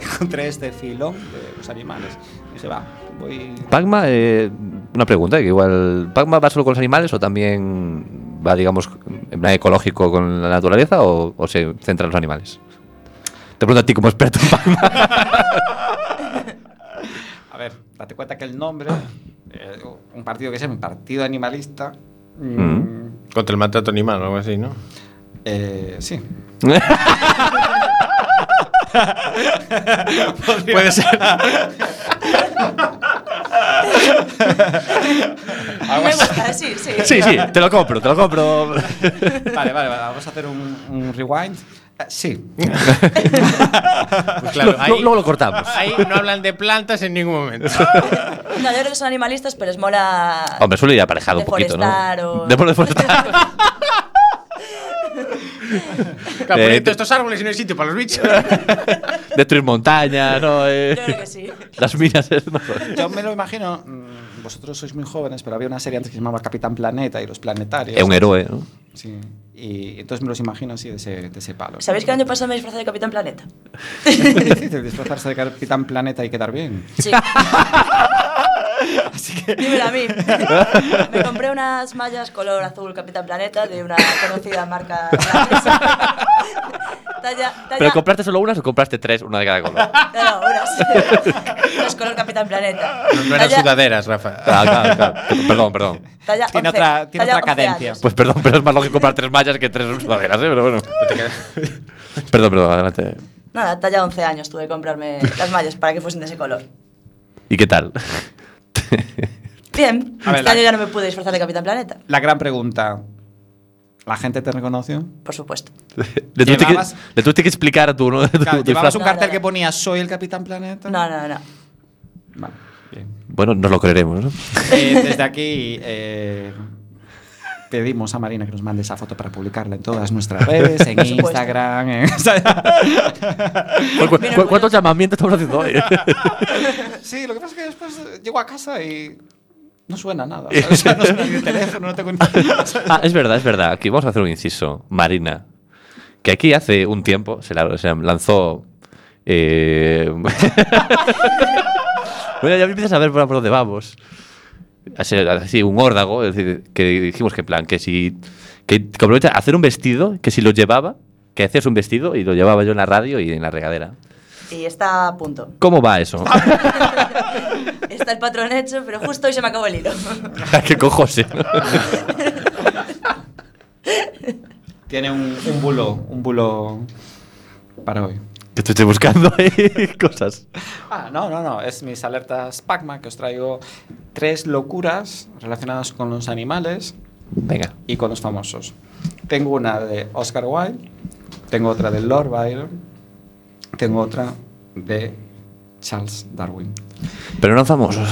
Speaker 5: Encontré este filón de los animales. Dije, va, voy.
Speaker 3: Pacma, eh, una pregunta, que igual, ¿Pacma va solo con los animales o también va, digamos, en plan ecológico con la naturaleza o, o se centra en los animales? Te pregunto a ti como experto en Pacma.
Speaker 5: A ver, date cuenta que el nombre, eh, un partido que se llama Partido Animalista. mm,
Speaker 3: Mm.
Speaker 6: Contra el maltrato animal o algo así, ¿no?
Speaker 5: eh, sí.
Speaker 6: Puede ser.
Speaker 7: Me gusta, sí, sí.
Speaker 3: sí, sí, te lo compro, te lo compro.
Speaker 5: Vale, vale, vale, vamos a hacer un, un rewind. Eh, sí.
Speaker 6: Pues claro, ahí,
Speaker 3: Luego- luego lo cortamos.
Speaker 6: ahí no hablan de plantas en ningún momento.
Speaker 7: No, yo creo que son animalistas, pero es mola.
Speaker 3: Hombre, suele ir aparejado un poquito, ¿no?
Speaker 7: Deforestar o-
Speaker 3: De deforestar.
Speaker 6: Claro,
Speaker 3: Eh,
Speaker 6: ponen
Speaker 3: te-
Speaker 6: todos estos árboles y no hay sitio para los bichos.
Speaker 3: Destruir montañas, ¿no? Eh,
Speaker 7: Yo creo que sí.
Speaker 3: Las minas, es- no.
Speaker 5: Yo me lo imagino. mm, Vosotros sois muy jóvenes, pero había una serie antes que se llamaba Capitán Planeta y los planetarios.
Speaker 3: Es un héroe, ¿no?
Speaker 5: Sí. Y entonces me los imagino así de ese, de ese palo.
Speaker 7: ¿Sabéis que el año pasado me disfrazé de Capitán Planeta?
Speaker 5: Es difícil disfrazarse de Capitán Planeta y quedar bien.
Speaker 7: Sí. Dímelo a mí. Me compré unas mallas color azul Capitán Planeta de una conocida marca francesa. talla, talla,
Speaker 3: ¿Pero compraste solo unas o compraste tres, una de cada color?
Speaker 7: No, no, unas. Unas color Capitán Planeta.
Speaker 6: No, no eran
Speaker 7: Talla-
Speaker 6: sudaderas, Rafa.
Speaker 3: Ah, claro, claro. Perdón, perdón.
Speaker 7: talla
Speaker 5: Tiene
Speaker 7: 11,
Speaker 5: otra- tiene
Speaker 7: talla
Speaker 5: otra
Speaker 7: 11
Speaker 5: cadencia.
Speaker 7: años.
Speaker 3: Pues perdón, pero es más lógico comprar tres mallas que tres sudaderas, ¿eh? Pero bueno. Perdón, perdón, adelante.
Speaker 7: Nada, talla 11 años tuve que comprarme las mallas para que fuesen de ese color.
Speaker 3: ¿Y qué tal?
Speaker 7: Bien,
Speaker 5: A ver,
Speaker 7: este
Speaker 5: la-
Speaker 7: año ya no me pude disfrazar de Capitán Planeta,
Speaker 5: La gran pregunta. ¿La gente te reconoció?
Speaker 7: por supuesto.
Speaker 3: Le tuviste, que,
Speaker 5: Llevabas-
Speaker 3: le tuviste que explicar tú, ¿no? Tu-
Speaker 5: Claro,
Speaker 3: tu
Speaker 5: ¿Llevabas
Speaker 3: frase.
Speaker 5: un
Speaker 7: No,
Speaker 5: cartel
Speaker 7: no,
Speaker 5: que
Speaker 7: no.
Speaker 5: ponía soy el Capitán Planeta?
Speaker 7: No, no, no.
Speaker 5: Vale, bien.
Speaker 3: Bueno, nos lo creeremos, ¿no?
Speaker 5: Eh, desde aquí eh, pedimos a Marina que nos mande esa foto para publicarla en todas nuestras redes, en
Speaker 7: Por supuesto.
Speaker 5: Instagram. en-
Speaker 3: ¿Cu- cu-
Speaker 7: Mira,
Speaker 3: ¿Cuántos
Speaker 7: pues-
Speaker 3: llamamientos estamos haciendo hoy?
Speaker 5: sí, lo que pasa es que después eh, llego a casa y no suena nada. ¿sabes? O sea, no suena ni el teléfono, no tengo ni...
Speaker 3: Ah, es verdad, es verdad. Aquí vamos a hacer un inciso. Marina, que aquí hace un tiempo se, la- se lanzó. eh, bueno, ya empiezas a ver por por dónde vamos. Así, así, un órdago, es decir, que dijimos que en plan, que si. que compromete a hacer un vestido, que si lo llevaba, que hacías un vestido y lo llevaba yo en la radio y en la regadera.
Speaker 7: Y está a punto.
Speaker 3: ¿Cómo va eso?
Speaker 7: Está el patrón hecho, pero justo hoy se me acabó el hilo.
Speaker 3: que con José.
Speaker 5: Tiene un, un bulo, un bulo para hoy.
Speaker 3: Que te estoy buscando ahí cosas.
Speaker 5: Ah, no, no, no. Es mis alertas PACMA que os traigo tres locuras relacionadas con los animales
Speaker 3: Venga.
Speaker 5: y con los famosos. Tengo una de Oscar Wilde, tengo otra de Lord Byron, tengo otra de Charles Darwin.
Speaker 3: Pero eran famosos.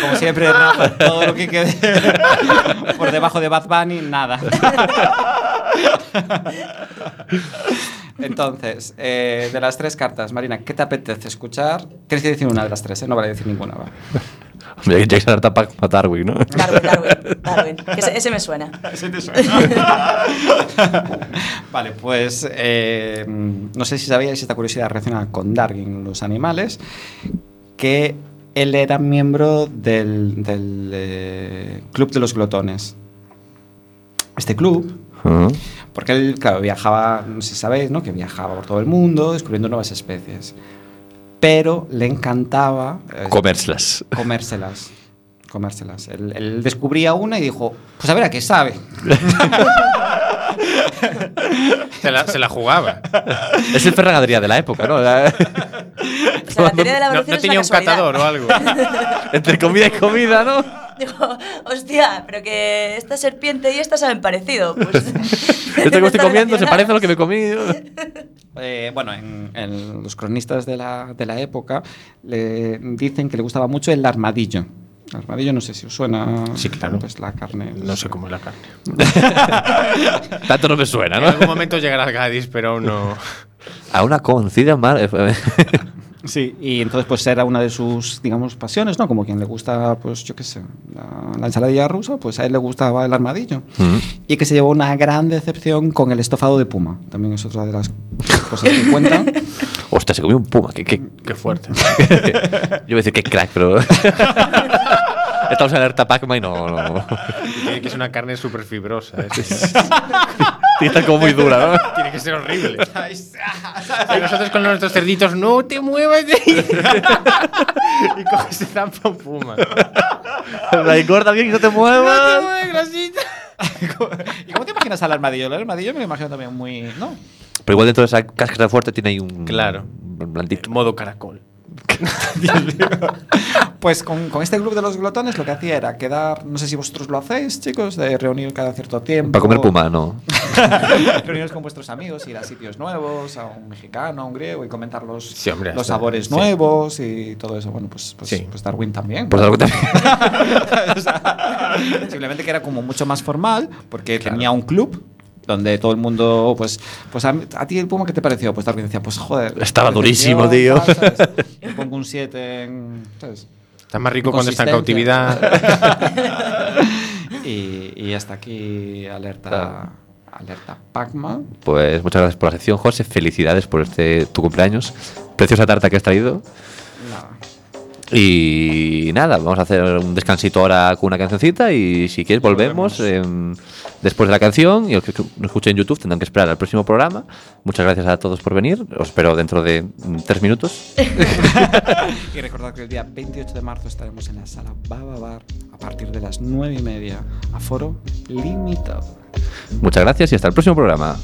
Speaker 5: Como siempre, Rafa, todo lo que quede por debajo de Bad Bunny, nada. Entonces, eh, de las tres cartas, Marina, ¿qué te apetece escuchar? Tienes que decir una de las tres, ¿eh? no vale decir ninguna. va.
Speaker 3: Hombre, hay que saber tapar a Darwin, ¿no?
Speaker 7: Darwin, Darwin, Darwin. Que ese, ese me suena.
Speaker 5: vale, pues eh, no sé si sabíais esta curiosidad relacionada con Darwin, los animales, que él era miembro del, del, eh, Club de los Glotones. Este club,
Speaker 3: Ujú.
Speaker 5: porque él, claro, viajaba, no sé si sabéis, ¿no? Que viajaba por todo el mundo descubriendo nuevas especies. Pero le encantaba eh,
Speaker 3: Comérselas.
Speaker 5: comérselas. Comérselas. Él, él descubría una y dijo, pues a ver a qué sabe.
Speaker 6: Se la, se la jugaba.
Speaker 3: Es el ferragadería de la época, ¿no?
Speaker 7: O sea, la teoría de la
Speaker 6: No,
Speaker 7: evolución
Speaker 6: no
Speaker 7: es
Speaker 6: tenía
Speaker 7: una
Speaker 6: un catador o
Speaker 7: casualidad.
Speaker 6: algo.
Speaker 3: Entre comida y comida, ¿no?
Speaker 7: Digo, hostia, pero que esta serpiente y esta saben parecido. Pues,
Speaker 3: Esto que me Este estoy
Speaker 7: están
Speaker 3: comiendo se parece a lo que me
Speaker 7: relacionadas.
Speaker 3: comí.
Speaker 5: Eh, bueno, en, en los cronistas de la, de la época le dicen que le gustaba mucho el armadillo. El armadillo no sé si os suena.
Speaker 6: Sí, claro.
Speaker 5: Pues la carne.
Speaker 6: No sé cómo es la carne.
Speaker 3: Tanto no me suena,
Speaker 6: En
Speaker 3: ¿no?
Speaker 6: algún momento llegará al Gadis, pero aún no.
Speaker 3: A una concida eh, mal.
Speaker 5: Sí, y entonces pues era una de sus, digamos, pasiones, ¿no? Como quien le gusta, pues yo qué sé, la, la ensaladilla rusa, pues a él le gustaba el armadillo.
Speaker 6: Mm.
Speaker 5: Y que se llevó una gran decepción con el estofado de puma. También es otra de las cosas que cuentan.
Speaker 3: Hostia, se comió un puma. Qué, qué-
Speaker 6: Qué fuerte.
Speaker 3: Yo iba a decir que crack, pero. Estamos en alerta Pac-Man y no, no.
Speaker 6: Tiene que ser una carne súper fibrosa. ¿eh?
Speaker 3: Tiene que estar como muy dura, ¿no?
Speaker 6: Tiene que ser horrible. Y nosotros con nuestros cerditos, no te muevas de ahí". Y coges y zampa un puma.
Speaker 3: La engorda bien que no te muevas.
Speaker 6: grasita.
Speaker 5: ¿Y cómo te imaginas al armadillo? El armadillo me lo imagino también muy, ¿no?
Speaker 3: Pero igual dentro de esa cáscara fuerte tiene ahí un.
Speaker 6: Claro.
Speaker 3: un Blandito.
Speaker 6: Modo caracol.
Speaker 5: Pues con, con este club de los glotones lo que hacía era quedar, no sé si vosotros lo hacéis, chicos, de reunir cada cierto tiempo.
Speaker 3: Para comer puma, no.
Speaker 5: Reuniros con vuestros amigos, ir a sitios nuevos, a un mexicano, a un griego y comentar los,
Speaker 6: Sí, hombre,
Speaker 5: los
Speaker 6: hasta-
Speaker 5: sabores
Speaker 6: sí.
Speaker 5: nuevos y todo eso. Bueno, pues, pues,
Speaker 6: Sí.
Speaker 5: pues Darwin también.
Speaker 3: Por algo también.
Speaker 5: O sea, simplemente que era como mucho más formal porque tenía un club donde todo el mundo, pues, pues a, a ti el Puma, ¿qué te pareció? Pues Darwin decía, pues joder.
Speaker 3: Estaba
Speaker 5: decepción,
Speaker 3: durísimo, tío.
Speaker 5: tal, ¿sabes? Le pongo un 7 en. ¿sabes?
Speaker 6: Está más rico cuando está en
Speaker 5: Consistencia.
Speaker 6: cautividad.
Speaker 5: y, y hasta aquí alerta
Speaker 3: Claro.
Speaker 5: alerta Pacma.
Speaker 3: Pues muchas gracias por la sección, José. Felicidades por este tu cumpleaños. Preciosa tarta que has traído.
Speaker 5: Nada.
Speaker 3: Y nada, vamos a hacer un descansito ahora con una cancioncita y si quieres volvemos em, después de la canción y los que nos escuchen en YouTube tendrán que esperar al próximo programa. Muchas gracias a todos por venir. Os espero dentro de mm, tres minutos.
Speaker 5: Y recordad que el día 28 de marzo estaremos en la sala Baba Bar a partir de las 9 y media. Aforo limitado.
Speaker 3: Muchas gracias y hasta el próximo programa.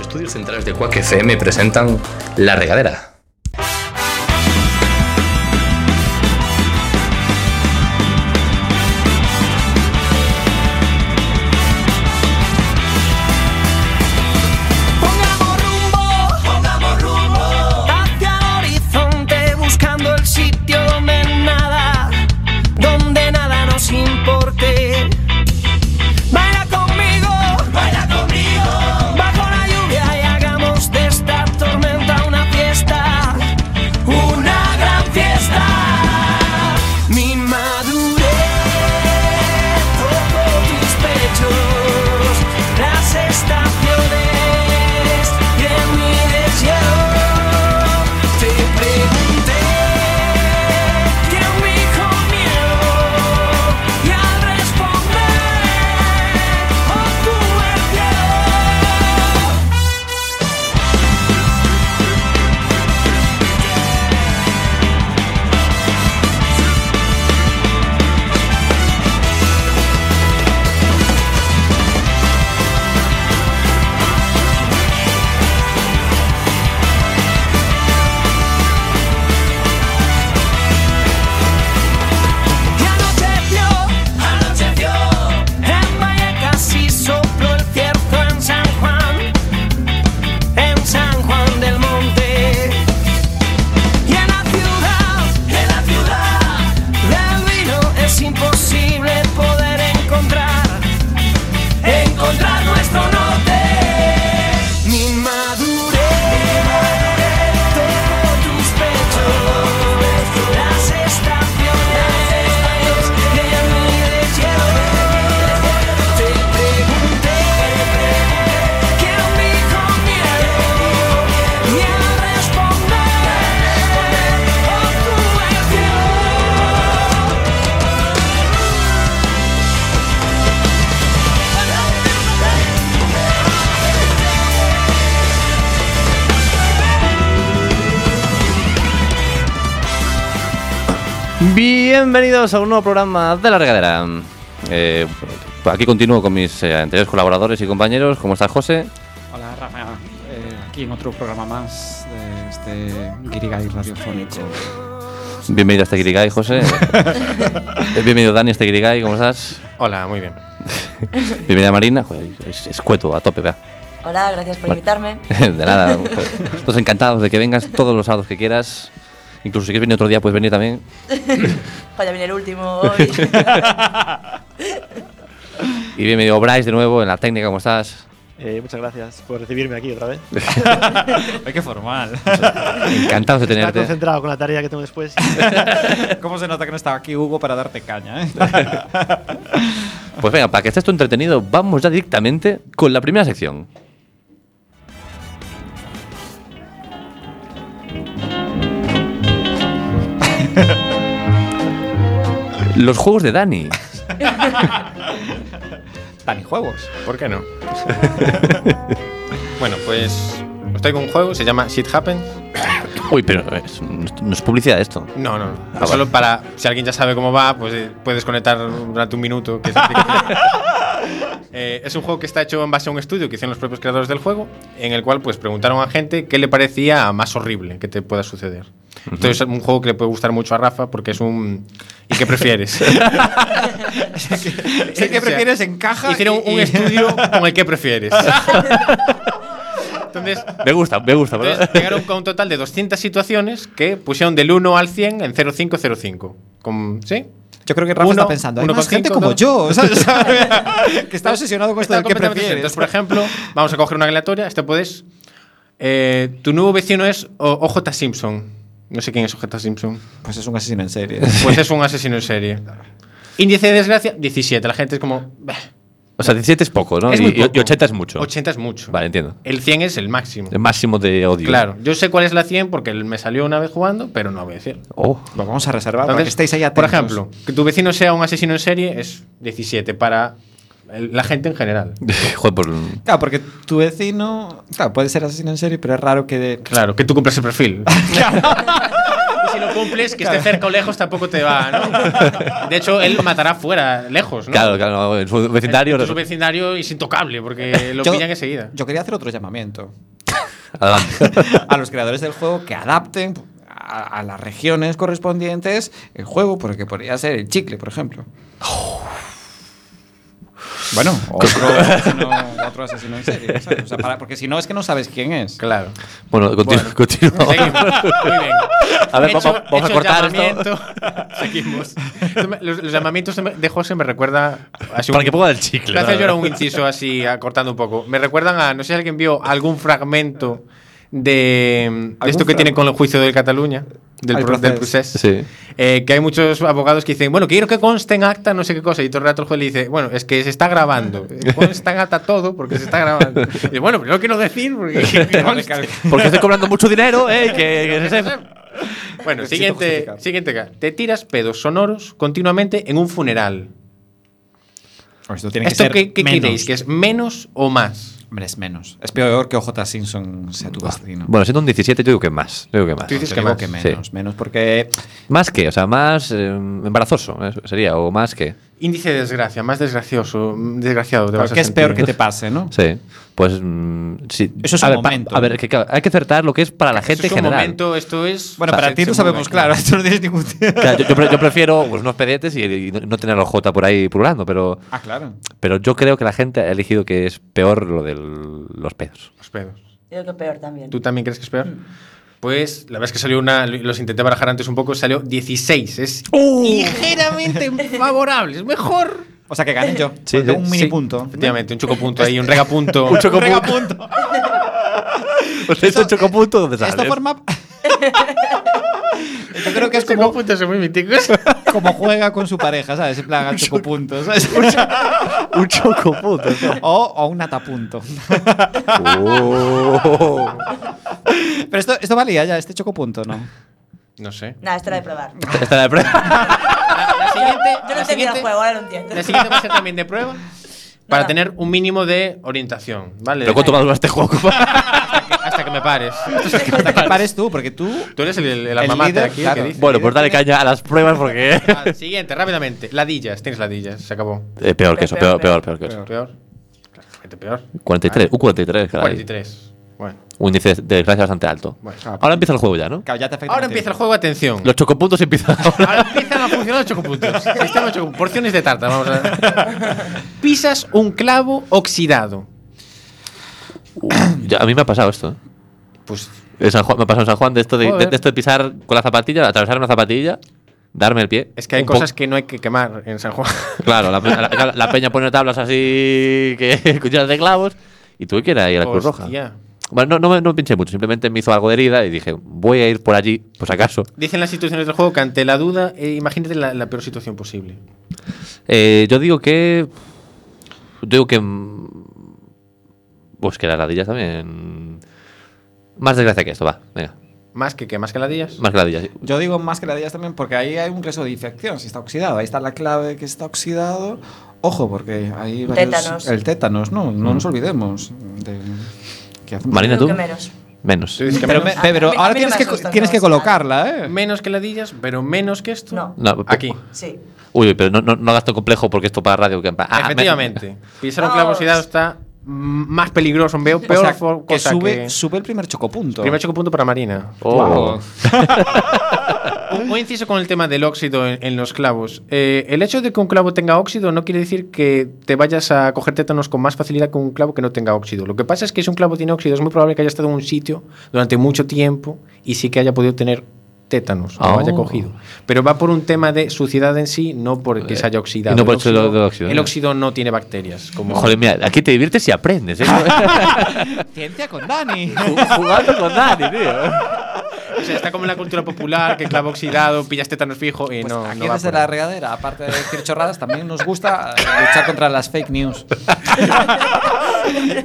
Speaker 1: estudios centrales de Quack FM presentan La Regadera.
Speaker 2: Pongamos rumbo, pongamos rumbo hacia el horizonte buscando el sitio donde nada, donde nada nos importe. Baila conmigo, baila conmigo bajo la lluvia y hagamos de esta tormenta una fiesta, una gran fiesta. Mi madurez tocó tus pechos, las estaciones y en mi deseo te pregunté quién me dijo miedo y al responder obtuve el cielo. Y anocheció, anocheció En Vallecas y sopló el cierzo en San Juan En San Juan del Monte Y en la ciudad, en la ciudad Del vino es imposible poder encontrar Encontrar nuestro norte Mi madurez Toco tus pechos, las estaciones de mi desierto. Te pregunté, ¿quién dijo miedo? Y al responder, obtuve el cielo.
Speaker 3: Bienvenidos a un nuevo programa de La Regadera. Eh, aquí continúo con mis eh, anteriores colaboradores y compañeros. ¿Cómo estás, José?
Speaker 5: Hola, Rafa. Eh, aquí en otro programa más de este Guirigay radiofónico.
Speaker 3: Bienvenido a este Guirigay, José. Eh, Bienvenido, Dani, a este Guirigay. ¿Cómo estás?
Speaker 6: Hola, muy bien.
Speaker 3: Bienvenida, Marina. Joder, es escueto, a tope, vea.
Speaker 7: Hola, gracias por
Speaker 3: Vale.
Speaker 7: invitarme.
Speaker 3: De nada. Estamos encantados de que vengas todos los sábados que quieras. Incluso si quieres venir otro día, puedes venir también.
Speaker 7: Vaya, viene el último hoy.
Speaker 3: Y bienvenido, Bryce, de nuevo en la técnica. ¿Cómo estás?
Speaker 4: Eh, muchas gracias por recibirme aquí otra vez.
Speaker 5: Ay, qué formal.
Speaker 3: Encantados de
Speaker 4: Estaba
Speaker 3: tenerte.
Speaker 4: concentrado con la tarea que tengo después.
Speaker 5: ¿Cómo se nota que no estaba aquí Hugo para darte caña? eh?
Speaker 3: Pues venga, para que estés tú entretenido, vamos ya directamente con la primera sección. Los juegos de Dani.
Speaker 5: Dani Juegos.
Speaker 6: ¿Por qué no? bueno, pues os traigo un juego, se llama Shit Happens.
Speaker 3: Uy, pero es- no es publicidad esto.
Speaker 6: No, no, no.
Speaker 3: Ah,
Speaker 6: Solo para, si alguien ya sabe cómo va, pues eh, puedes conectar durante un minuto. que es así que- Eh, es un juego que está hecho en base a un estudio que hicieron los propios creadores del juego, en el cual pues preguntaron a gente qué le parecía más horrible que te pueda suceder. Entonces es un juego que le puede gustar mucho a Rafa porque es un... ¿Y qué prefieres?
Speaker 5: Sé que prefieres encaja.
Speaker 6: Hicieron
Speaker 5: y-
Speaker 6: un
Speaker 5: y-
Speaker 6: estudio con el que prefieres. Entonces,
Speaker 3: Me gusta, me gusta. ¿verdad?
Speaker 6: entonces llegaron con un total de 200 situaciones que pusieron del 1 al 100 en 0505. Con- ¿Sí?
Speaker 5: Yo creo que Rafa
Speaker 6: Uno,
Speaker 5: está pensando. Hay
Speaker 6: uno
Speaker 5: más
Speaker 6: con
Speaker 5: gente
Speaker 6: cinco,
Speaker 5: como
Speaker 6: ¿no?
Speaker 5: yo. ¿sabes? O sea, que está obsesionado con esto
Speaker 6: Está
Speaker 5: del que
Speaker 6: completamente
Speaker 5: prefieres.
Speaker 6: Entonces, por ejemplo, vamos a coger una aleatoria. Este puedes. eh, tu nuevo vecino es O- OJ Simpson. No sé quién es OJ Simpson.
Speaker 5: Pues es un asesino en serie.
Speaker 6: Pues es un asesino en serie. Índice de desgracia, 17. La gente es como. "Bah,
Speaker 3: O sea, 17 es poco, ¿no?
Speaker 6: es
Speaker 3: y,
Speaker 6: muy
Speaker 3: y- y
Speaker 6: poco".
Speaker 3: 80 es mucho.
Speaker 6: 80 es mucho.
Speaker 3: Vale, entiendo.
Speaker 6: El 100 es el máximo.
Speaker 3: El máximo de odio.
Speaker 6: Claro, yo sé cuál es la 100 porque me salió una vez jugando, pero no la voy a decir.
Speaker 3: Oh.
Speaker 5: Lo vamos a reservar para
Speaker 6: Entonces,
Speaker 5: que estéis Ah, ahí
Speaker 6: Por
Speaker 5: atentos.
Speaker 6: ejemplo, que tu vecino sea un asesino en serie es 17 para el- la gente en general.
Speaker 3: Joder, por...
Speaker 5: Claro, porque tu vecino. Claro, puede ser asesino en serie, pero es raro que. de-
Speaker 6: Claro, que tú cumplas el perfil. si lo cumples, que esté cerca o lejos, tampoco te va, ¿no? De hecho, él matará fuera, lejos, ¿no?
Speaker 3: Claro, claro, no, en su vecindario.
Speaker 6: Es un vecindario es intocable porque lo
Speaker 5: Yo-
Speaker 6: pillan enseguida.
Speaker 5: Yo quería hacer otro llamamiento
Speaker 3: Adelante.
Speaker 5: a los creadores del juego que adapten a, a las regiones correspondientes el juego, porque podría ser el chicle, por ejemplo. Bueno, otro, asesino, otro asesino en serie. ¿sabes? O sea, para- porque si no, es que no sabes quién es.
Speaker 6: Claro.
Speaker 3: Bueno, continu- continuamos.
Speaker 6: Seguimos. Muy bien.
Speaker 3: A ver,
Speaker 6: Hecho-
Speaker 3: vamos- vamos a
Speaker 6: hecho
Speaker 3: cortar esto.
Speaker 6: llamamiento. Seguimos. Esto me- Los, los llamamientos se me- de José me recuerda. Así
Speaker 3: Para que
Speaker 6: un,
Speaker 3: ponga el chicle.
Speaker 6: Voy a hacer yo
Speaker 3: ¿no?
Speaker 6: ahora un inciso así, a- cortando un poco. Me recuerdan a. No sé si alguien vio algún fragmento de, de esto que
Speaker 5: fra-
Speaker 6: tienen con el juicio de Cataluña, del,
Speaker 5: Al
Speaker 6: pro- del
Speaker 5: procés.
Speaker 6: procés.
Speaker 3: Sí.
Speaker 6: Eh, que hay muchos abogados que dicen, bueno, quiero que conste en acta, no sé qué cosa. Y todo el rato el juez le dice, bueno, es que se está grabando. Eh, Consta en acta todo porque se está grabando. Y dice, bueno, pero no quiero decir porque. que conste".
Speaker 3: Porque estoy cobrando mucho dinero, ¿eh? Que, que se sepa.
Speaker 6: bueno,
Speaker 5: Necesito
Speaker 6: siguiente,
Speaker 5: justificar.
Speaker 6: siguiente. ca- Te tiras pedos sonoros continuamente en un funeral.
Speaker 5: Pues Esto tiene
Speaker 6: ¿Esto qué, qué queréis? ¿Que es menos o más?
Speaker 5: Hombre, es menos. Es peor que OJ Simpson sea tu vecino.
Speaker 3: Bueno, siendo un 17, yo digo que más. Yo digo que más.
Speaker 6: Tú dices
Speaker 5: Te
Speaker 6: que
Speaker 5: digo
Speaker 6: más.
Speaker 5: que menos, menos porque
Speaker 3: Más que, o sea, más eh, embarazoso eh, sería, o más que.
Speaker 6: Índice de desgracia, más desgracioso, mm, desgraciado. Te vas a
Speaker 5: porque es
Speaker 6: sentir.
Speaker 5: peor que te pase, ¿no?
Speaker 3: Sí. Pues. mm, sí.
Speaker 5: Eso es
Speaker 3: a
Speaker 5: un
Speaker 3: ver, pa-
Speaker 5: momento.
Speaker 3: a ver, que, claro, hay que acertar lo que es para la
Speaker 6: Esto
Speaker 3: gente
Speaker 6: es un
Speaker 3: general.
Speaker 6: momento, esto es.
Speaker 5: Bueno,
Speaker 6: o sea,
Speaker 5: para ti
Speaker 6: es
Speaker 5: lo
Speaker 6: un
Speaker 5: sabemos
Speaker 6: momento.
Speaker 5: claro, esto no tienes ningún
Speaker 3: O sea, yo, yo pre- yo prefiero pues, unos pedetes y, y no- no tener al J por ahí pululando, pero,
Speaker 5: Ah, claro.
Speaker 3: pero yo creo que la gente ha elegido que es peor lo de los pedos.
Speaker 6: Los pedos.
Speaker 7: Yo creo que peor también.
Speaker 6: ¿Tú también crees que es peor? Pues la verdad es que salió una. Los intenté barajar antes un poco, salió 16. Es
Speaker 5: ¡Oh!
Speaker 6: ligeramente favorable, es mejor.
Speaker 5: O sea, que gané yo.
Speaker 3: Sí,
Speaker 5: Falta
Speaker 3: sí,
Speaker 5: un
Speaker 3: sí.
Speaker 5: mini punto.
Speaker 6: Efectivamente, un chocopunto ahí, un regapunto.
Speaker 5: Un regapunto.
Speaker 3: Pues este chocopunto, ¿dónde
Speaker 5: Esta
Speaker 3: sale?
Speaker 5: forma. Yo creo que es como,
Speaker 6: chocopuntos son muy míticos.
Speaker 5: como juega con su pareja, ¿sabes? En plan, al chocopunto, ¿sabes?
Speaker 3: Un chocopunto. ¿no?
Speaker 5: O, o un atapunto.
Speaker 3: Oh.
Speaker 5: Pero esto, esto valía ya, este chocopunto, ¿no?
Speaker 6: No sé.
Speaker 7: Nada, esto era de probar. Yo
Speaker 3: Esta era de prueba.
Speaker 6: La siguiente.
Speaker 7: no
Speaker 6: la
Speaker 7: entendía
Speaker 6: siguiente-
Speaker 7: el juego, ahora lo entiendo.
Speaker 6: La siguiente va a ser también de prueba. Para
Speaker 7: Nada.
Speaker 6: tener un mínimo de orientación, ¿vale?
Speaker 3: Pero cuánto más dura este juego.
Speaker 6: Hasta que me pares.
Speaker 5: Hasta que pares tú, porque tú.
Speaker 6: Tú eres el, el,
Speaker 5: El
Speaker 6: almamate
Speaker 5: líder,
Speaker 6: aquí, el
Speaker 5: claro.
Speaker 6: que dice.
Speaker 3: bueno, pues dale caña a las pruebas porque.
Speaker 6: Vale, siguiente, rápidamente. Ladillas, tienes ladillas, se acabó.
Speaker 3: Eh, peor que eso, peor, peor, peor que eso.
Speaker 6: Peor. Peor. Claramente peor.
Speaker 3: 43, un 43, caray.
Speaker 6: 43. Bueno,
Speaker 3: Un índice de desgracia bastante alto.
Speaker 6: bueno.
Speaker 3: Ahora empieza el juego ya, ¿no?
Speaker 5: Claro, ya te afecta
Speaker 6: Ahora
Speaker 5: a ti.
Speaker 6: empieza el juego, atención.
Speaker 3: Los chocopuntos empiezan ahora.
Speaker 6: Ahora empiezan a funcionar los chocopuntos. Sistema de chocopuntos. Porciones de tarta, vamos a ver. Pisas un clavo oxidado.
Speaker 3: Ya, a mí me ha pasado esto. ¿eh?
Speaker 6: Pues
Speaker 3: En San Juan- me ha pasado en San Juan de esto de,
Speaker 6: Joder.
Speaker 3: de esto de pisar con la zapatilla, atravesar una zapatilla, darme el pie.
Speaker 6: es que hay
Speaker 3: Un po-
Speaker 6: cosas que no hay que quemar en San Juan.
Speaker 3: Claro, la, la- la peña pone tablas así que cuchillas de clavos y tuve que ir ahí a la Cruz Roja.
Speaker 6: Hostia.
Speaker 3: Bueno, no, no, me- no pinché mucho, simplemente me hizo algo de herida y dije, voy a ir por allí, por si acaso.
Speaker 6: Dicen las situaciones del juego que ante la duda, eh, imagínate la, la peor situación posible.
Speaker 3: Eh, yo digo que. yo digo que. mm, Pues que las ladillas también. Más desgracia que esto, va. Venga.
Speaker 6: Más que que más que ladillas.
Speaker 3: Más que ladillas. sí.
Speaker 5: Yo digo más que la días también porque ahí hay un riesgo de infección si está oxidado. Ahí está la clave de que está oxidado. Ojo, porque hay varios-
Speaker 7: Tétanos.
Speaker 5: El tétanos, no, no nos olvidemos. De, que hace-
Speaker 3: Marina,
Speaker 7: creo
Speaker 3: tú.
Speaker 7: que menos.
Speaker 3: Menos.
Speaker 6: Tú dices que
Speaker 5: Pero,
Speaker 6: menos,
Speaker 5: me- pero
Speaker 7: A mí- a
Speaker 5: ahora
Speaker 7: mí no
Speaker 5: tienes,
Speaker 7: me
Speaker 5: que,
Speaker 7: asustan
Speaker 5: co- tienes que
Speaker 7: todos.
Speaker 5: colocarla, ¿eh?
Speaker 6: menos que ladillas, pero menos que esto.
Speaker 7: No.
Speaker 3: No,
Speaker 6: Aquí.
Speaker 7: Sí.
Speaker 3: Uy, pero no, no, no gasto complejo porque esto para radio. Que, ah,
Speaker 6: Efectivamente. Pisar un
Speaker 7: Vamos.
Speaker 6: clavo oxidado está mm, más peligroso. Veo peor
Speaker 5: o sea,
Speaker 6: fo-
Speaker 5: que
Speaker 6: cosa
Speaker 5: sube,
Speaker 6: que-
Speaker 5: sube el primer chocopunto.
Speaker 6: Primer chocopunto para Marina.
Speaker 3: me- Oh.
Speaker 5: Wow.
Speaker 6: Un, un inciso con el tema del óxido en, en los clavos. Eh, el hecho de que un clavo tenga óxido no quiere decir que te vayas a coger tétanos con más facilidad que un clavo que no tenga óxido. Lo que pasa es que si un clavo tiene óxido es muy probable que haya estado en un sitio durante mucho tiempo y sí que haya podido tener tétanos o
Speaker 3: Oh.
Speaker 6: haya cogido. Pero va por un tema de suciedad en sí, no porque se haya oxidado.
Speaker 3: Eh, y no por el
Speaker 6: el, óxido,
Speaker 3: hecho del óxido,
Speaker 6: el
Speaker 3: ¿no?
Speaker 6: óxido no tiene bacterias. Como
Speaker 3: Joder, mira, aquí te diviertes y aprendes, ¿eh?
Speaker 5: Ciencia con Dani.
Speaker 3: Jugando con Dani, tío.
Speaker 6: O sea, está como en la cultura popular, que clavo oxidado, pillas tétanos fijo y
Speaker 5: Pues
Speaker 6: no.
Speaker 5: aquí
Speaker 6: no va
Speaker 5: desde
Speaker 6: por
Speaker 5: la
Speaker 6: ahí.
Speaker 5: regadera, aparte de decir chorradas, también nos gusta eh, luchar contra las fake news.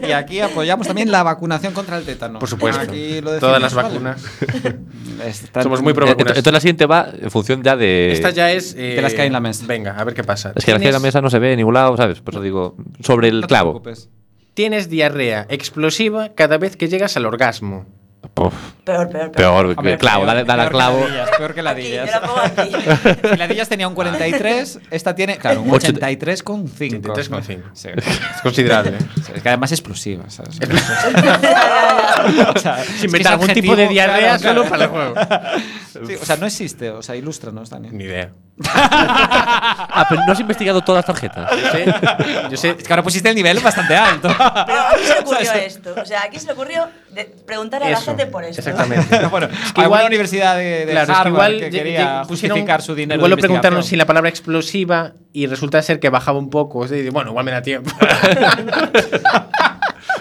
Speaker 5: y aquí apoyamos también la vacunación contra el tétano.
Speaker 6: Por supuesto.
Speaker 5: Aquí lo decimos,
Speaker 6: Todas las
Speaker 5: ¿vale?
Speaker 6: vacunas.
Speaker 5: Es tan-
Speaker 6: Somos muy pro
Speaker 3: Entonces,
Speaker 6: vacunas.
Speaker 3: entonces la siguiente va en función ya de.
Speaker 6: Esta ya es. eh,
Speaker 5: Te las cae en la mesa.
Speaker 6: Venga, a ver qué pasa.
Speaker 3: Es que la
Speaker 6: Tienes-
Speaker 3: de la mesa no se ve en ningún lado, ¿sabes? Por eso digo, sobre el
Speaker 5: No te
Speaker 3: clavo.
Speaker 5: preocupes.
Speaker 6: Tienes diarrea explosiva cada vez que llegas al orgasmo.
Speaker 7: Peor, peor, peor.
Speaker 3: Peor,
Speaker 5: Hombre,
Speaker 3: clavo,
Speaker 5: peor-
Speaker 3: dale, dale al
Speaker 5: peor que
Speaker 3: clavo.
Speaker 5: Ladillas, peor que
Speaker 7: Aquí, yo
Speaker 5: ladillas.
Speaker 7: la pongo aquí.
Speaker 5: Si ladillas tenía un 43, esta tiene, claro, un
Speaker 3: Ocho-
Speaker 5: 83,5.
Speaker 6: 83,5.
Speaker 5: Sí.
Speaker 6: Es considerable. ¿eh?
Speaker 5: Es que además es explosiva, ¿sabes? O sea, es que
Speaker 6: Inventar
Speaker 5: es
Speaker 6: algún tipo de
Speaker 5: adjetivo, claro,
Speaker 6: diarrea
Speaker 5: claro.
Speaker 6: solo para el juego.
Speaker 5: Sí, o sea, no existe, o sea, ilústranos, Daniel.
Speaker 6: Ni idea.
Speaker 3: Ah, pero no has investigado todas las tarjetas.
Speaker 6: Sí, Yo sé.
Speaker 5: Es que ahora Ah, pusiste el nivel bastante alto.
Speaker 7: Pero ¿a quién se le ocurrió esto? O sea, ¿a quién se le ocurrió de- preguntar a la
Speaker 6: Eso,
Speaker 7: gente por esto?
Speaker 6: Exactamente.
Speaker 5: Pero bueno,
Speaker 6: que
Speaker 5: alguna
Speaker 6: igual-
Speaker 5: universidad de, de
Speaker 6: Claro, es que
Speaker 5: Harvard
Speaker 6: igual
Speaker 5: que
Speaker 6: lle-
Speaker 5: quería
Speaker 6: lle- pusieron-
Speaker 5: justificar su dinero.
Speaker 6: Igual
Speaker 5: de
Speaker 6: lo preguntaron si
Speaker 5: investigación.
Speaker 6: la palabra explosiva y resulta ser que bajaba un poco. Es decir, bueno, igual me da tiempo.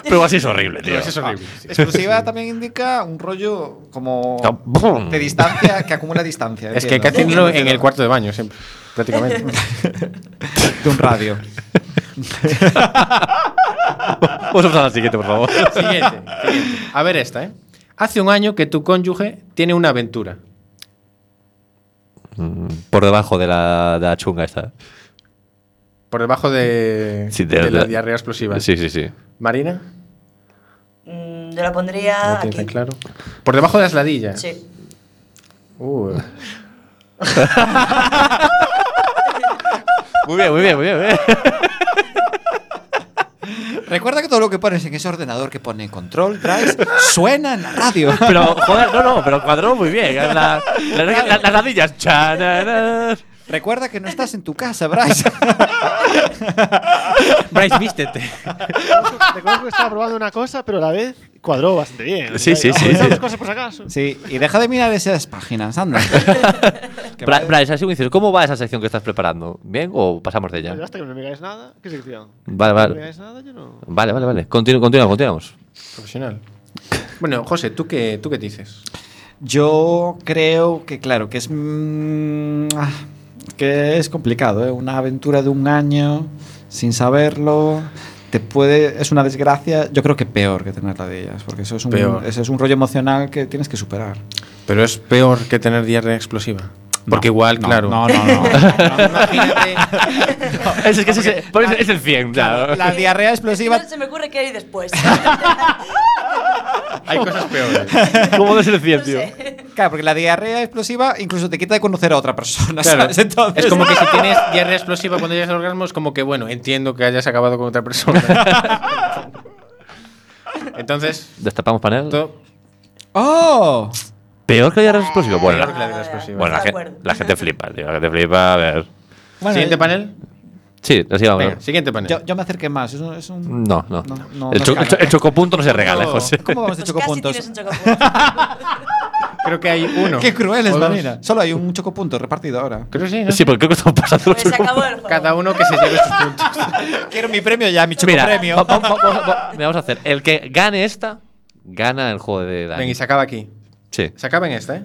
Speaker 3: Pero así es horrible, tío.
Speaker 6: Pero es horrible. sí.
Speaker 5: Explosiva también indica un rollo como
Speaker 3: Ta- ¡Bum!
Speaker 5: de distancia, que acumula distancia.
Speaker 6: Es que hay que
Speaker 5: entiendo.
Speaker 6: hacerlo en el cuarto de baño siempre, prácticamente.
Speaker 5: de un radio.
Speaker 3: Vamos a pasar al siguiente, por favor.
Speaker 6: Siguiente, siguiente. A ver esta, ¿eh? Hace un año que tu cónyuge tiene una aventura.
Speaker 3: Por debajo de la, de la chunga esta.
Speaker 6: Por debajo de,
Speaker 3: Sí,
Speaker 6: de,
Speaker 3: de-
Speaker 6: la
Speaker 3: de-
Speaker 6: diarrea explosiva.
Speaker 3: Sí, sí, sí.
Speaker 6: ¿Marina?
Speaker 7: Mm, yo la pondría
Speaker 6: No tiene
Speaker 7: aquí.
Speaker 6: tan claro. Por debajo de las ladillas.
Speaker 7: Sí.
Speaker 6: Uh,
Speaker 3: Muy bien, muy bien, muy bien. muy bien.
Speaker 5: Recuerda que todo lo que pones en ese ordenador que pone control, drive, suena en la radio.
Speaker 3: Pero, joder, no, no, pero cuadró muy bien. La- la- la- la- las ladillas. Chanana.
Speaker 5: Recuerda que no estás en tu casa, Bryce.
Speaker 3: Bryce, vístete.
Speaker 4: Reconozco que estaba probando una cosa, pero a la vez cuadró bastante bien.
Speaker 3: Sí, sí, sí,
Speaker 4: Aprovechamos
Speaker 3: sí.
Speaker 4: cosas por si acaso.
Speaker 5: Sí, y deja de mirar esas páginas, anda. Que
Speaker 3: Bra-
Speaker 5: me-
Speaker 3: Bryce, así me dices, ¿cómo va esa sección que estás preparando? ¿Bien o pasamos de ella?
Speaker 4: Oye, Hasta que no me digáis nada, ¿qué sección?
Speaker 3: Vale,
Speaker 4: No me
Speaker 3: vale.
Speaker 4: digáis nada, yo no.
Speaker 3: Vale, vale, vale. Continu- continuamos, continuamos.
Speaker 6: profesional. Bueno, José, ¿tú qué, ¿tú qué dices?
Speaker 5: Yo creo que, claro, que es. mm, ah, que es complicado, ¿eh? Una aventura de un año sin saberlo. Te puede, es una desgracia, yo creo que peor que tener ladillas, porque eso es, un,
Speaker 6: Peor.
Speaker 5: eso es un rollo emocional que tienes que superar.
Speaker 6: Pero es peor que tener diarrea explosiva. Porque
Speaker 5: No,
Speaker 6: igual,
Speaker 5: no,
Speaker 6: claro.
Speaker 5: No, no, no.
Speaker 6: Imagínate.
Speaker 3: Es, es que ese- por eso es el 100, claro.
Speaker 5: La diarrea explosiva
Speaker 7: No se me ocurre qué hay después.
Speaker 6: Hay cosas peores.
Speaker 3: ¿Cómo es el 100,
Speaker 7: No
Speaker 3: tío?
Speaker 7: sé.
Speaker 5: Claro, porque la diarrea explosiva incluso te quita de conocer a otra persona,
Speaker 6: Claro.
Speaker 5: ¿sabes? Entonces,
Speaker 6: Es como que si tienes diarrea explosiva cuando llegas al orgasmo, es como que, bueno, entiendo que hayas acabado con otra persona. Entonces,
Speaker 3: Destapamos panel.
Speaker 6: esto
Speaker 5: ¡Oh!
Speaker 3: Peor que la diarrea explosiva. Bueno,
Speaker 6: peor que la
Speaker 3: la,
Speaker 6: diarrea explosiva.
Speaker 3: bueno, la,
Speaker 7: De
Speaker 3: gente,
Speaker 7: acuerdo.
Speaker 3: la gente flipa, tío. La gente flipa, a ver.
Speaker 5: Bueno,
Speaker 6: ¿Siguiente panel?
Speaker 3: Sí, así vamos.
Speaker 6: Venga, siguiente panel.
Speaker 5: Yo, yo me acerqué más. Es un, es un-
Speaker 3: No, no.
Speaker 5: No, no,
Speaker 3: el,
Speaker 5: no
Speaker 3: cho-
Speaker 5: escala.
Speaker 3: el cho- el chocopunto no se regala,
Speaker 6: No.
Speaker 3: José.
Speaker 5: ¿Cómo vamos de
Speaker 7: Pues casi
Speaker 5: chocopuntos?
Speaker 7: tienes un chocopunto.
Speaker 6: Creo que hay uno.
Speaker 5: ¡Qué cruel es
Speaker 6: o
Speaker 5: la
Speaker 6: dos.
Speaker 5: mina! Solo hay un chocopunto repartido ahora.
Speaker 6: Creo que sí, ¿no?
Speaker 3: Sí, porque creo que estamos pasando los
Speaker 7: Pues se acabó
Speaker 3: chocopuntos.
Speaker 7: el juego.
Speaker 6: Cada uno que se lleve sus puntos.
Speaker 5: Quiero mi premio ya, mi
Speaker 3: Mira,
Speaker 5: chocopremio.
Speaker 3: va- va- va- va- va- mira, vamos a hacer. El que gane esta, gana el juego de Dani.
Speaker 6: Venga, y se acaba aquí.
Speaker 3: Sí.
Speaker 6: Se acaba en esta, ¿eh?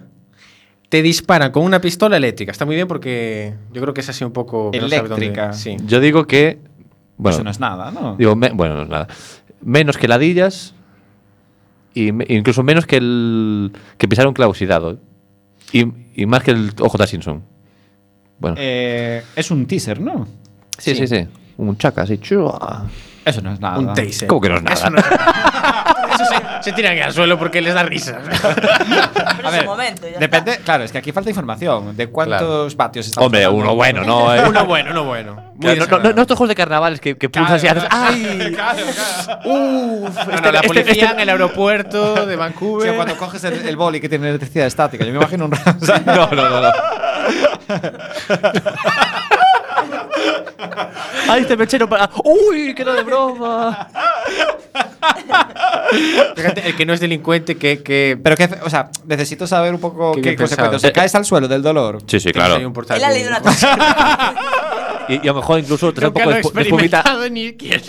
Speaker 6: Te disparan con una pistola eléctrica. Está muy bien porque yo creo que es así un poco. que no sabe dónde-
Speaker 5: Eléctrica.
Speaker 6: Sí.
Speaker 3: Yo digo que. Bueno,
Speaker 5: Eso no es nada, ¿no?
Speaker 3: digo, me- bueno, no es nada. Menos que ladillas. Y me- incluso menos que el. Que pisar un clausidado. ¿eh? Y, y más que el OJ Simpson. Bueno.
Speaker 5: Eh, es un teaser, ¿no?
Speaker 3: sí, sí, sí, Un chaca así. chua.
Speaker 5: Eso no es nada.
Speaker 6: Un taser.
Speaker 3: ¿Cómo que no es nada?
Speaker 6: Eso, no es- Eso se, se tiran al suelo porque les da risa.
Speaker 7: Pero
Speaker 5: A
Speaker 7: es
Speaker 5: ver,
Speaker 7: un momento. ya
Speaker 5: depende. Claro, es que aquí falta información. ¿De cuántos vatios estamos
Speaker 3: Hombre,
Speaker 5: hablando?
Speaker 3: uno bueno, ¿no? Eh.
Speaker 6: uno bueno, uno bueno.
Speaker 3: Claro,
Speaker 6: Muy
Speaker 3: no, no, no,
Speaker 6: desagradable.
Speaker 3: no estos juegos de carnavales que, que pulsas y haces. ¡Ay! Este
Speaker 6: Uf, no, no, la policía en el este aeropuerto de
Speaker 5: O sea,
Speaker 6: Vancouver.
Speaker 5: cuando coges el, el boli que tiene electricidad estática, yo me imagino un. o sea,
Speaker 3: No, no, no, no. ¡Ay, este mechero para. ¡Uy! ¡Que no de broma!
Speaker 6: Fíjate, el que no es delincuente, que, que
Speaker 5: Pero que, o sea, necesito saber un poco
Speaker 6: Qué
Speaker 5: qué,
Speaker 6: bien
Speaker 5: consecuencias.
Speaker 6: pensado.
Speaker 5: O sea, caes al suelo del dolor.
Speaker 3: Sí, sí,
Speaker 6: Tienes ahí un
Speaker 3: claro.
Speaker 7: está.
Speaker 6: portátil.
Speaker 7: Él ha leído una cosa.
Speaker 3: Y, y a lo mejor incluso te da un
Speaker 6: Nunca
Speaker 3: poco
Speaker 6: lo
Speaker 3: de,
Speaker 6: he
Speaker 3: espu- de espumita,
Speaker 6: experimentado ni quiero.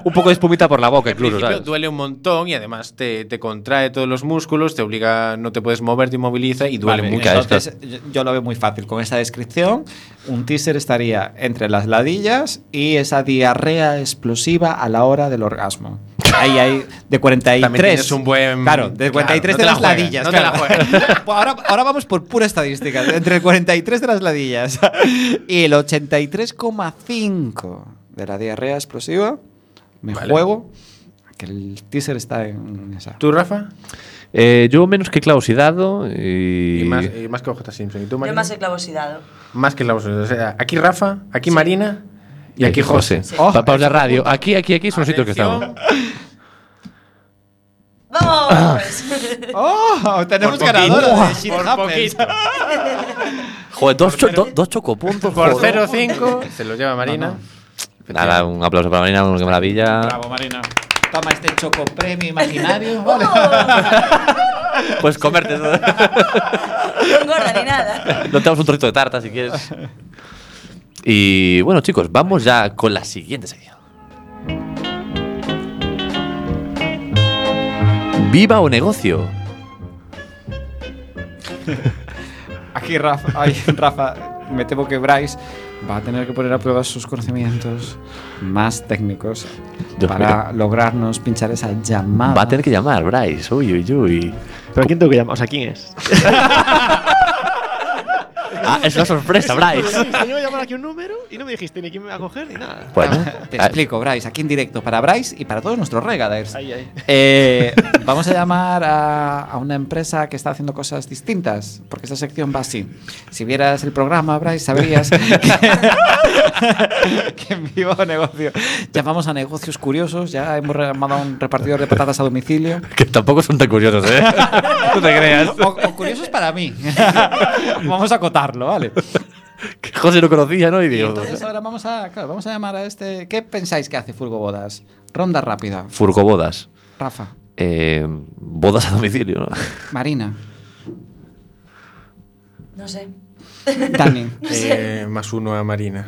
Speaker 3: un poco de espumita por la boca,
Speaker 6: Al
Speaker 3: incluso,
Speaker 6: principio
Speaker 3: ¿sabes?
Speaker 6: duele un montón y además te, te contrae todos los músculos, te obliga, no te puedes mover, te inmoviliza y duele
Speaker 5: Vale,
Speaker 6: mucho.
Speaker 3: claro.
Speaker 5: Eh, entonces, yo- yo lo veo muy fácil. Con esa descripción, un teaser estaría entre las ladillas y esa diarrea explosiva a la hora del orgasmo. Ahí hay de 43.
Speaker 6: También tienes un buen-
Speaker 5: Claro, de
Speaker 6: Claro,
Speaker 5: 43 de
Speaker 6: no te la
Speaker 5: las
Speaker 6: juegas,
Speaker 5: ladillas.
Speaker 6: no te
Speaker 5: claro.
Speaker 6: la juegas.
Speaker 5: Pues ahora, ahora vamos por pura estadística. Entre el 43 de las ladillas y el 83,5 de la diarrea explosiva, me
Speaker 6: Vale.
Speaker 5: juego que el teaser está en esa.
Speaker 6: ¿Tú, Rafa?
Speaker 3: Eh, yo menos que clausidado y...
Speaker 6: Y, más, y más que OJ Simpson. ¿Y tú,
Speaker 7: Yo
Speaker 6: Marina?
Speaker 7: más he clavosidado.
Speaker 6: Más que la O sea, aquí Rafa, aquí Marina y,
Speaker 3: y
Speaker 6: aquí José. Oh,
Speaker 3: Pa- para la radio. Aquí, aquí, aquí son los sitios que estamos.
Speaker 6: Atención,
Speaker 7: ¡Vamos! pues.
Speaker 5: ¡Oh! Tenemos
Speaker 6: Por poquito.
Speaker 5: ganadora de
Speaker 6: Por
Speaker 5: Shit Happens.
Speaker 6: poquito.
Speaker 8: Joder, Pues dos, cho- do- dos chocopuntos.
Speaker 6: Por
Speaker 8: joder.
Speaker 6: 0-5 se los lleva Marina.
Speaker 3: Nada, un aplauso para Marina, una maravilla.
Speaker 5: Bravo, Marina. Toma este choco premio imaginario. Vale.
Speaker 3: Puedes comerte. todo.
Speaker 7: No engorda ni nada.
Speaker 3: No te damos un trocito de tarta si quieres. Y bueno, chicos, vamos ya con la siguiente sección. Viva o negocio.
Speaker 5: Aquí Rafa, ay, Rafa, me temo que Bryce va a tener que poner a prueba sus conocimientos más técnicos
Speaker 3: Dios
Speaker 5: para lograrnos pinchar esa llamada.
Speaker 3: Va a tener que llamar, Bryce. Uy, uy, uy.
Speaker 4: ¿Pero a quién tengo que llamar? O sea, ¿quién es?
Speaker 3: Ah, es una sorpresa, Bryce.
Speaker 4: Yo iba a llamar aquí un número y no me dijiste ni quién me va a coger ni nada.
Speaker 3: Bueno,
Speaker 5: Te
Speaker 3: ah,
Speaker 5: explico, Bryce, aquí en directo para Bryce y para todos nuestros regaders.
Speaker 4: Ahí, ahí.
Speaker 5: Eh, vamos a llamar a, a una empresa que está haciendo cosas distintas, porque esta sección va así. Si vieras el programa, Bryce, sabrías que, que en vivo negocio. Llamamos a negocios curiosos, ya hemos llamado a un repartidor de patatas a domicilio.
Speaker 3: que tampoco son tan curiosos, ¿eh? No te creas.
Speaker 5: O, o curiosos para mí. vamos a acotarlo, ¿vale?
Speaker 3: Que José lo conocía, ¿no? Y
Speaker 5: Y
Speaker 3: digo.
Speaker 5: entonces ahora vamos a, claro, vamos a llamar a este... ¿Qué pensáis que hace Furgo Bodas? Ronda rápida.
Speaker 3: Furgobodas.
Speaker 5: Rafa,
Speaker 3: Eh, bodas a domicilio, ¿no?
Speaker 5: Marina,
Speaker 7: No sé.
Speaker 5: Dani.
Speaker 6: Eh, más uno a Marina.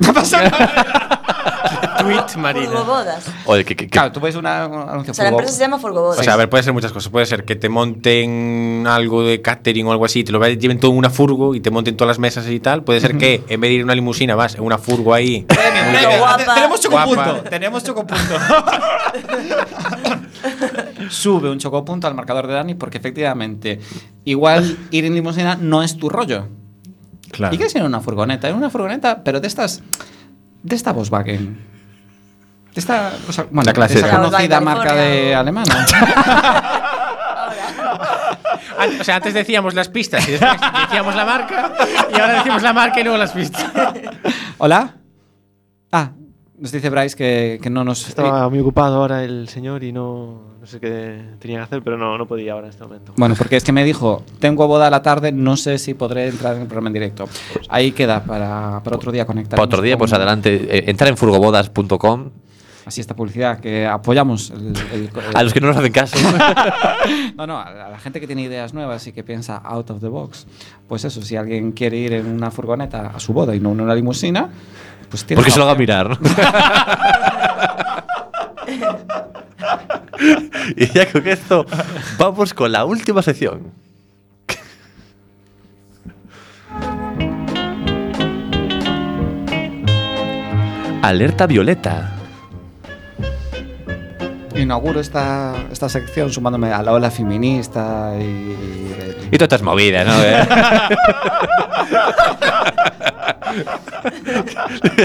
Speaker 6: Tweet Marina.
Speaker 7: Furgobodas.
Speaker 3: Oye, que, que- que-
Speaker 5: Claro, tú ves una, un anuncio
Speaker 7: O sea, la
Speaker 5: Furgo-
Speaker 7: empresa se llama Furgobodas.
Speaker 6: O sea, a ver, puede ser muchas cosas. Puede ser que te monten algo de catering o algo así, te lo vayan- lleven todo en una furgo y te monten todas las mesas y tal. Puede ser que en vez de ir en una limusina vas en una furgo ahí.
Speaker 5: Premio,
Speaker 7: Muy
Speaker 5: premio.
Speaker 7: bien. Guapa.
Speaker 5: Te- Tenemos chocopunto.
Speaker 6: Guapa.
Speaker 5: Tenemos chocopunto. Sube un chocopunto al marcador de Dani porque efectivamente, igual ir en limusina no es tu rollo.
Speaker 6: Claro.
Speaker 5: ¿Y qué es ir en una furgoneta? En una furgoneta, pero de estas. De esta Volkswagen. De esta. o sea, bueno,
Speaker 6: La
Speaker 5: de
Speaker 6: clásica.
Speaker 5: esa conocida
Speaker 7: Volkswagen,
Speaker 5: marca
Speaker 7: California.
Speaker 5: de alemana.
Speaker 6: An- O sea, antes decíamos las pistas y después decíamos la marca y ahora decimos la marca y luego las pistas.
Speaker 5: ¿Hola? Ah, nos dice Bryce que, que no nos.
Speaker 4: Estaba muy ocupado ahora el señor y no, no sé qué tenía que hacer, pero no, no podía ahora en este momento.
Speaker 5: Bueno, porque es que me dijo, tengo boda a la tarde, no sé si podré entrar en el programa en directo. Ahí queda para, para otro día conectar.
Speaker 3: Para otro día, pues adelante, eh, entrar en furgobodas.com.
Speaker 5: Así esta publicidad que apoyamos. el- el-
Speaker 3: A los que no nos hacen caso.
Speaker 5: No, no, a la a la gente que tiene ideas nuevas y que piensa out of the box. Pues eso, si alguien quiere ir en una furgoneta a su boda y no en una limusina, pues tiene.
Speaker 3: Porque
Speaker 5: la
Speaker 3: se lo haga
Speaker 5: opción.
Speaker 3: mirar, ¿no? y ya con esto, vamos con la última sección. Alerta violeta.
Speaker 5: Inauguro esta, esta sección sumándome a la ola feminista y. y-
Speaker 3: Y todas estas movidas, ¿no?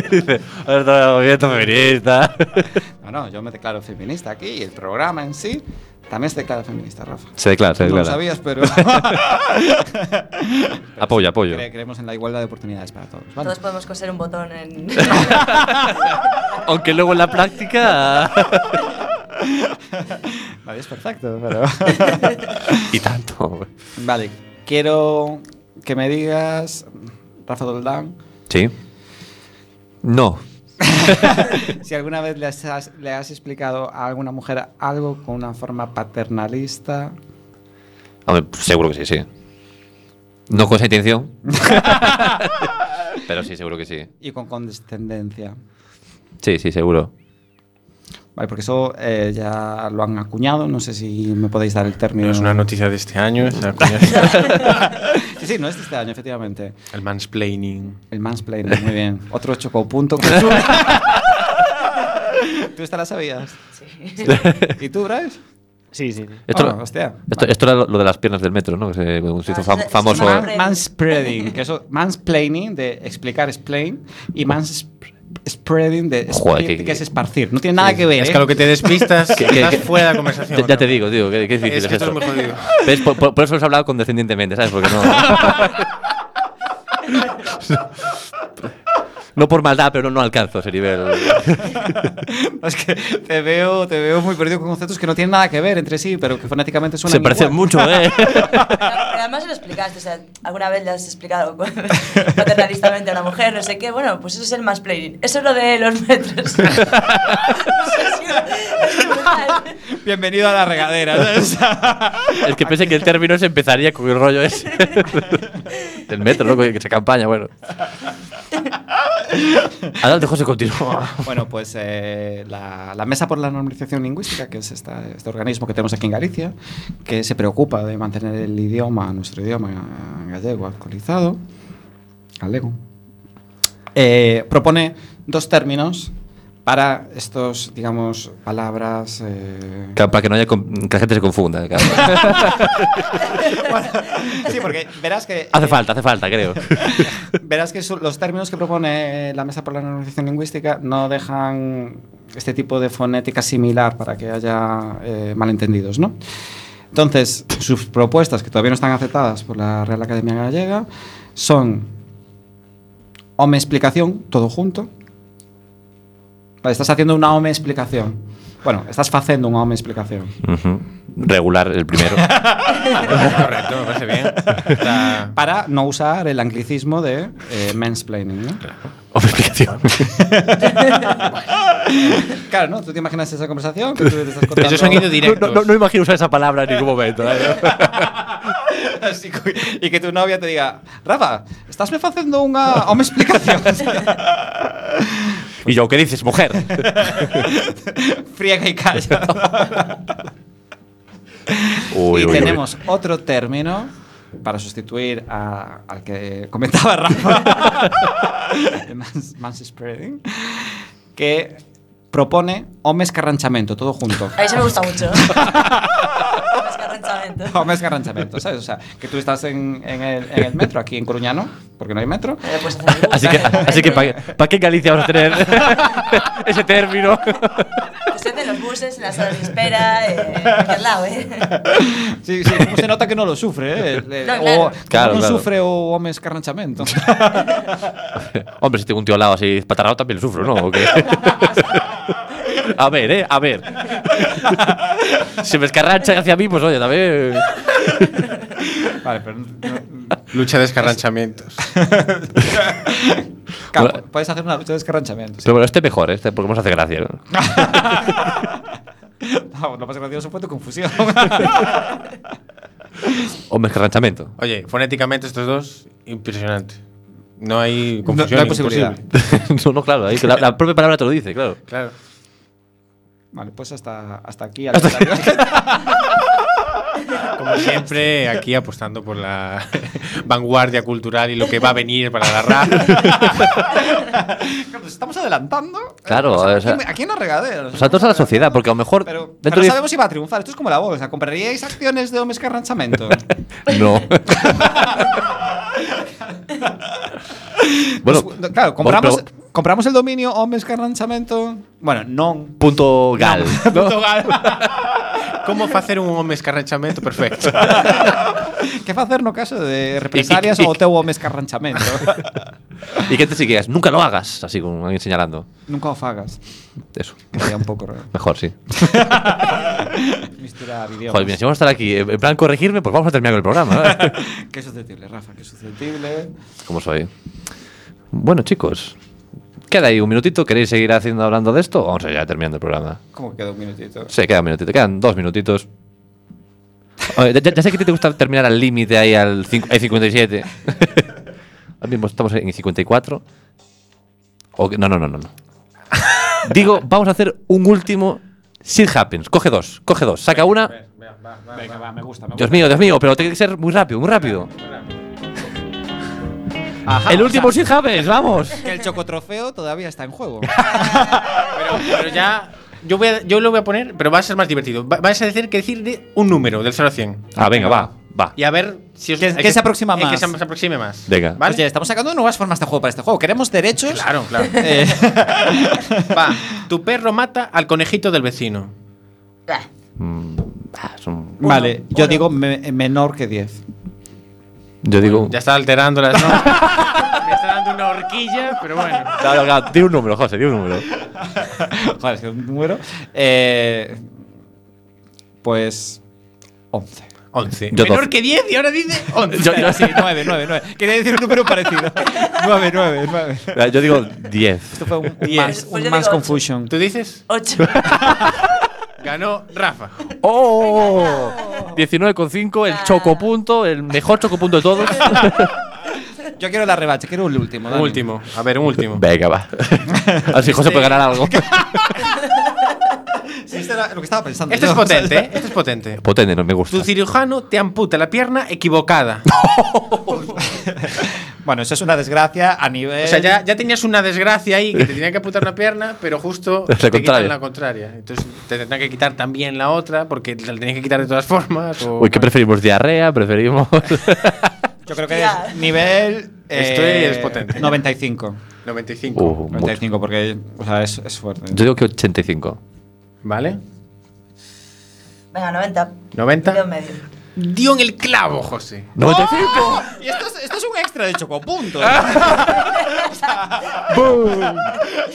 Speaker 3: Dice, alerta violeta feminista.
Speaker 5: No, no, yo me declaro feminista aquí y el programa en sí también se declara feminista, Rafa.
Speaker 3: Se declara, se
Speaker 5: No lo
Speaker 3: declara.
Speaker 5: sabías, pero.
Speaker 3: apoyo, apoyo.
Speaker 5: Cre- creemos en la igualdad de oportunidades para todos. ¿vale?
Speaker 7: Todos podemos coser un botón en.
Speaker 3: Aunque luego en la práctica.
Speaker 5: Vale, es perfecto, pero.
Speaker 3: y tanto.
Speaker 5: vale, quiero que me digas, Rafa Doldán,
Speaker 3: Sí. No.
Speaker 5: si alguna vez le has, le has explicado a alguna mujer algo con una forma paternalista.
Speaker 3: Hombre, pues, seguro que sí, sí. No con esa intención. Pero sí, seguro que sí.
Speaker 5: Y con condescendencia.
Speaker 3: Sí, sí, seguro.
Speaker 5: Vale, porque eso eh, ya lo han acuñado, no sé si me podéis dar el término.
Speaker 6: Es una noticia de este año,
Speaker 5: Sí, sí, no es de este año, efectivamente.
Speaker 6: el mansplaining.
Speaker 5: El mansplaining, muy bien. Otro chocopunto que sube. ¿Tú esta la sabías?
Speaker 7: Sí.
Speaker 5: ¿Y tú, Bryce?
Speaker 4: Sí, sí. sí.
Speaker 3: Esto,
Speaker 5: Ah, hostia.
Speaker 3: esto, esto era lo lo de las piernas del metro, ¿no? Que se, que se hizo
Speaker 7: Ah,
Speaker 3: fam-
Speaker 7: sí, sí,
Speaker 3: famoso.
Speaker 7: sí, sí.
Speaker 5: Man- manspreading, que eso, mansplaining, de explicar explain, y mans spreading, de
Speaker 3: Joder,
Speaker 5: spread,
Speaker 3: que-
Speaker 5: que es esparcir. No tiene nada que ver.
Speaker 6: Es
Speaker 5: ¿eh?
Speaker 6: que a lo que te despistas,
Speaker 3: Que- que-
Speaker 6: estás
Speaker 3: que-
Speaker 6: fuera de la conversación.
Speaker 3: Ya, ya te digo, tío, qué, qué difícil es,
Speaker 6: Es que esto
Speaker 3: esto.
Speaker 6: es muy jodido.
Speaker 3: ¿Ves? Por, por- por eso os he hablado condescendientemente, ¿sabes? Porque no. no por maldad, pero no, no alcanzo ese nivel.
Speaker 5: Es que te veo, te veo muy perdido con conceptos que no tienen nada que ver entre sí, pero que fonéticamente suenan
Speaker 3: Se parecen
Speaker 5: igual.
Speaker 3: mucho, ¿eh?
Speaker 7: Pero además se lo explicaste, o sea, alguna vez le has explicado paternalistamente a una mujer, no sé qué, bueno, pues eso es el mansplaining, eso es lo de los metros. Eso es- es brutal.
Speaker 5: Bienvenido a la regadera. ¿sabes? O sea,
Speaker 3: Es que pensé que el término se empezaría con el rollo ese. Del metro, loco, que se campaña, bueno. Adelante, José, continúa.
Speaker 5: bueno, pues eh, la, la Mesa por la Normalización Lingüística, que es esta- este organismo que tenemos aquí en Galicia, que se preocupa de mantener el idioma, nuestro idioma gallego actualizado, galego, eh, propone dos términos para estos, digamos, palabras... eh,
Speaker 3: Ca- Para que no haya com- que la gente se confunda. claro.
Speaker 5: sí, porque verás que... eh,
Speaker 3: Hace falta, hace falta, creo.
Speaker 5: Verás que son- los términos que propone eh, la Mesa por la Normalización Lingüística no dejan este tipo de fonética similar para que haya eh, malentendidos, ¿no? Entonces, sus propuestas, que todavía no están aceptadas por la Real Academia Gallega, son home explicación, todo junto. Vale, estás haciendo una home explicación. Bueno, estás haciendo una home explicación.
Speaker 3: Ujú. Regular el primero.
Speaker 6: Correcto, me parece bien. Está-
Speaker 5: Para no usar el anglicismo de eh, mansplaining, ¿no?
Speaker 3: Hombre, explicación.
Speaker 5: Claro, ¿no? Tú te imaginas esa conversación que tú le estás contando.
Speaker 6: Ellos han ido
Speaker 3: No,
Speaker 6: directos.
Speaker 3: no- no imagino usar esa palabra en ningún momento. ¿eh?
Speaker 5: Así co- y que tu novia te diga, Rafa, estás me haciendo una, una explicación.
Speaker 3: Y yo, ¿qué dices, mujer?
Speaker 5: Friega y calla.
Speaker 3: Uy,
Speaker 5: y
Speaker 3: uy, uy.
Speaker 5: tenemos otro término para sustituir a- al que comentaba Rafa, el mans- manspreading, que propone homes escarranchamento, todo junto.
Speaker 7: A mí se me gusta mucho. Escarranchamento.
Speaker 5: Homes escarranchamento, ¿sabes? O sea, que tú estás en, en el, en el metro, aquí en Coruñano, porque no hay metro,
Speaker 7: Eh, pues, hacer-
Speaker 3: Así que, así que ¿para qué en Galicia vamos a tener ese término?
Speaker 7: Se hacen los buses, en las salas de espera, eh, en cualquier lado, ¿eh?
Speaker 5: Sí, sí, ¿cómo se nota que no lo sufre, ¿eh? El- el-
Speaker 7: No,
Speaker 5: o-
Speaker 7: claro.
Speaker 5: ¿cómo
Speaker 3: Claro,
Speaker 5: no
Speaker 3: claro.
Speaker 5: sufre o hombre escarranchamento.
Speaker 3: Hombre, si tengo un tío al lado así patarrado también lo sufro, ¿no? ¿O qué? A ver, ¿eh? A ver. Si me escarranchan hacia mí, pues oye, también...
Speaker 5: vale, pero. no-
Speaker 6: Lucha de escarranchamientos.
Speaker 5: claro,
Speaker 3: Bueno.
Speaker 5: puedes hacer una lucha de escarranchamiento.
Speaker 3: Pero bueno, este mejor, ¿eh? este porque nos hace gracia. ¿no?
Speaker 5: No, lo más gracioso fue tu confusión.
Speaker 3: Hombre, escarranchamiento.
Speaker 6: Oye, fonéticamente estos dos, impresionante. No hay
Speaker 5: No- no
Speaker 6: confusión.
Speaker 5: hay posibilidad.
Speaker 6: imposible.
Speaker 3: No, no, claro, ahí la, la propia palabra te lo dice, claro.
Speaker 6: Claro.
Speaker 5: vale, pues hasta, hasta aquí. al comentario.
Speaker 6: Como siempre, aquí apostando por la vanguardia cultural y lo que va a venir para la rap.
Speaker 5: Nos estamos adelantando.
Speaker 3: Claro,
Speaker 5: O sea,
Speaker 3: o sea-
Speaker 5: aquí, aquí en la regadera. nos
Speaker 3: O sea, todos a la sociedad, porque a lo mejor...
Speaker 5: Pero, pero
Speaker 3: dentro
Speaker 5: no
Speaker 3: de-
Speaker 5: sabemos si va a triunfar. Esto es como la voz. O sea, ¿compraríais acciones de hombre escarranchamento?
Speaker 3: No. bueno,
Speaker 5: Pues, claro, compramos, compramos el dominio hombre escarranchamento. Bueno, no.
Speaker 3: punto gal.
Speaker 5: Punto gal.
Speaker 6: ¿Cómo hacer un home escarranchamento perfecto?
Speaker 5: Que facer no caso de represalias
Speaker 3: I- I-
Speaker 5: ou o teu home escarranchamento?
Speaker 3: Y que te sigues, nunca lo hagas, así como alguien señalando.
Speaker 5: Nunca o fagas.
Speaker 3: Eso,
Speaker 5: Que sería un pouco raro.
Speaker 3: mejor, sí.
Speaker 5: Misturar idiomas.
Speaker 3: Joder, mira, si vamos a estar aquí eh, en plan corregirme, pues vamos a terminar con el programa. ¿eh?
Speaker 5: Que susceptible, Rafa, que susceptible.
Speaker 3: ¿Cómo soy? Bueno, chicos, queda ahí un minutito. ¿Queréis seguir haciendo hablando de esto? o Vamos a ir ya terminando el programa.
Speaker 5: Como que queda un minutito.
Speaker 3: Sí, queda un minutito, quedan dos minutitos. Oye, ya, ya sé que a ti te gusta terminar al límite ahí al eh, cincu- al 57. Ahora mismo estamos en 54. O que- no, no, no, no. no. Digo, vamos a hacer un último. Shit happens. Coge dos, coge dos. Saca una.
Speaker 5: Venga, va, me gusta, me
Speaker 3: Dios mío, Dios mío, pero tiene que ser muy rápido, muy rápido. El último shit happens, vamos.
Speaker 5: Que el chocotrofeo todavía está en juego.
Speaker 6: Pero ya. Yo, voy a- yo lo voy a poner, pero va a ser más divertido. Va- Vais a tener que decir de un número, del 0 a 100.
Speaker 3: Ah, venga, va. Va.
Speaker 6: Y a ver si os,
Speaker 5: Que-
Speaker 6: el
Speaker 5: que se aproxima
Speaker 6: el
Speaker 5: más.
Speaker 6: que se se aproxime más.
Speaker 3: Venga.
Speaker 6: ¿Vale?
Speaker 5: Pues ya, estamos sacando nuevas formas de juego para este juego. Queremos derechos.
Speaker 6: Claro, claro.
Speaker 5: Eh,
Speaker 6: Va, tu perro mata al conejito del vecino.
Speaker 7: Bah,
Speaker 3: Mm, ah, es un-
Speaker 5: vale, yo
Speaker 7: uno.
Speaker 5: digo me- menor que 10.
Speaker 3: Yo digo.
Speaker 6: Ya está alterando las normas. Me está dando una horquilla, pero bueno.
Speaker 3: Claro, claro, di un número, José, di un número.
Speaker 5: Joder, es que un número. Eh, pues 11.
Speaker 6: 11.
Speaker 3: Yo
Speaker 6: Menor
Speaker 3: doce.
Speaker 6: que 10 y ahora dice 11.
Speaker 5: Yo, yo sí, 9, 9, 9. Quería decir un número parecido. 9, 9, 9.
Speaker 3: Yo digo 10.
Speaker 5: Esto fue un, un
Speaker 7: Diez.
Speaker 5: más, un
Speaker 7: Pues yo
Speaker 5: más
Speaker 7: digo ocho.
Speaker 5: confusion.
Speaker 6: ¿Tú dices?
Speaker 7: Ocho.
Speaker 6: Ganó Rafa.
Speaker 3: ¡Oh! 19,5, el chocopunto, el mejor chocopunto de todos.
Speaker 5: Yo quiero la revancha, quiero el último.
Speaker 6: Un
Speaker 5: Dani.
Speaker 6: último. A ver, un último.
Speaker 3: Venga, va. A ver si José puede ganar algo.
Speaker 5: Sí, esto era lo que estaba pensando.
Speaker 6: Este es
Speaker 5: yo.
Speaker 6: potente, ¿eh? Este es potente.
Speaker 3: Potente, no me gusta.
Speaker 6: Tu cirujano te amputa la pierna equivocada.
Speaker 5: Bueno, eso es una desgracia a nivel.
Speaker 6: O sea, ya, ya tenías una desgracia ahí que te tenían que amputar una pierna, pero justo
Speaker 3: La
Speaker 6: te
Speaker 3: contraria.
Speaker 6: quitan la contraria. Entonces te tendrán que quitar también la otra porque te la tenían que quitar de todas formas. o-
Speaker 3: Uy, ¿qué preferimos? ¿Diarrea? ¿Preferimos.?
Speaker 5: Yo creo que
Speaker 7: Ya.
Speaker 5: es nivel.
Speaker 6: Esto
Speaker 5: eh,
Speaker 6: es potente.
Speaker 5: 95.
Speaker 6: 95.
Speaker 3: Uh, mucho.
Speaker 5: 95, porque o sea, es, es fuerte.
Speaker 3: Yo digo que 85.
Speaker 6: ¿Vale?
Speaker 7: Venga, 90. Medio
Speaker 6: 90.
Speaker 7: medio.
Speaker 6: Dio en el clavo, José.
Speaker 3: ¡95!
Speaker 5: Y esto es, esto es un extra de chocopunto. O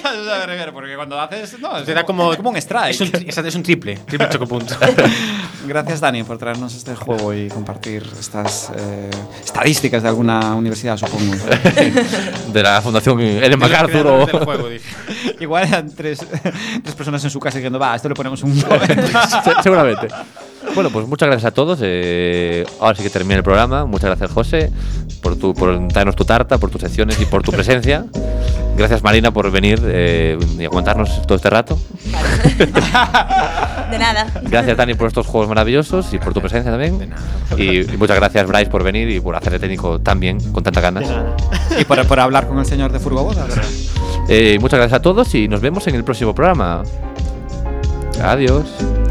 Speaker 5: sea, me refiero, porque cuando haces. No, es
Speaker 6: Te da como,
Speaker 5: es como un strike.
Speaker 6: Es un, tri- es un triple, triple chocopunto.
Speaker 5: Gracias, Dani, por traernos este juego y compartir estas eh, estadísticas de alguna universidad, supongo.
Speaker 3: De la Fundación Ellen MacArthur o.
Speaker 6: Creadores del juego, dije.
Speaker 5: Igual eran tres, tres personas en su casa diciendo, va, a esto le ponemos un.
Speaker 3: Se- Seguramente. Bueno, pues muchas gracias a todos. eh, ahora sí que termina el programa. Muchas gracias, José, por, tu, por darnos tu tarta, por tus secciones y por tu presencia. Gracias, Marina, por venir eh, y aguantarnos todo este rato.
Speaker 7: De nada.
Speaker 3: Gracias, Dani, por estos juegos maravillosos y por tu presencia también. Y, y muchas gracias, Bryce, por venir y por hacer de técnico tan bien, con tantas ganas.
Speaker 5: y por, por hablar con el señor de Furgoboda.
Speaker 3: Eh, muchas gracias a todos y nos vemos en el próximo programa. Adiós.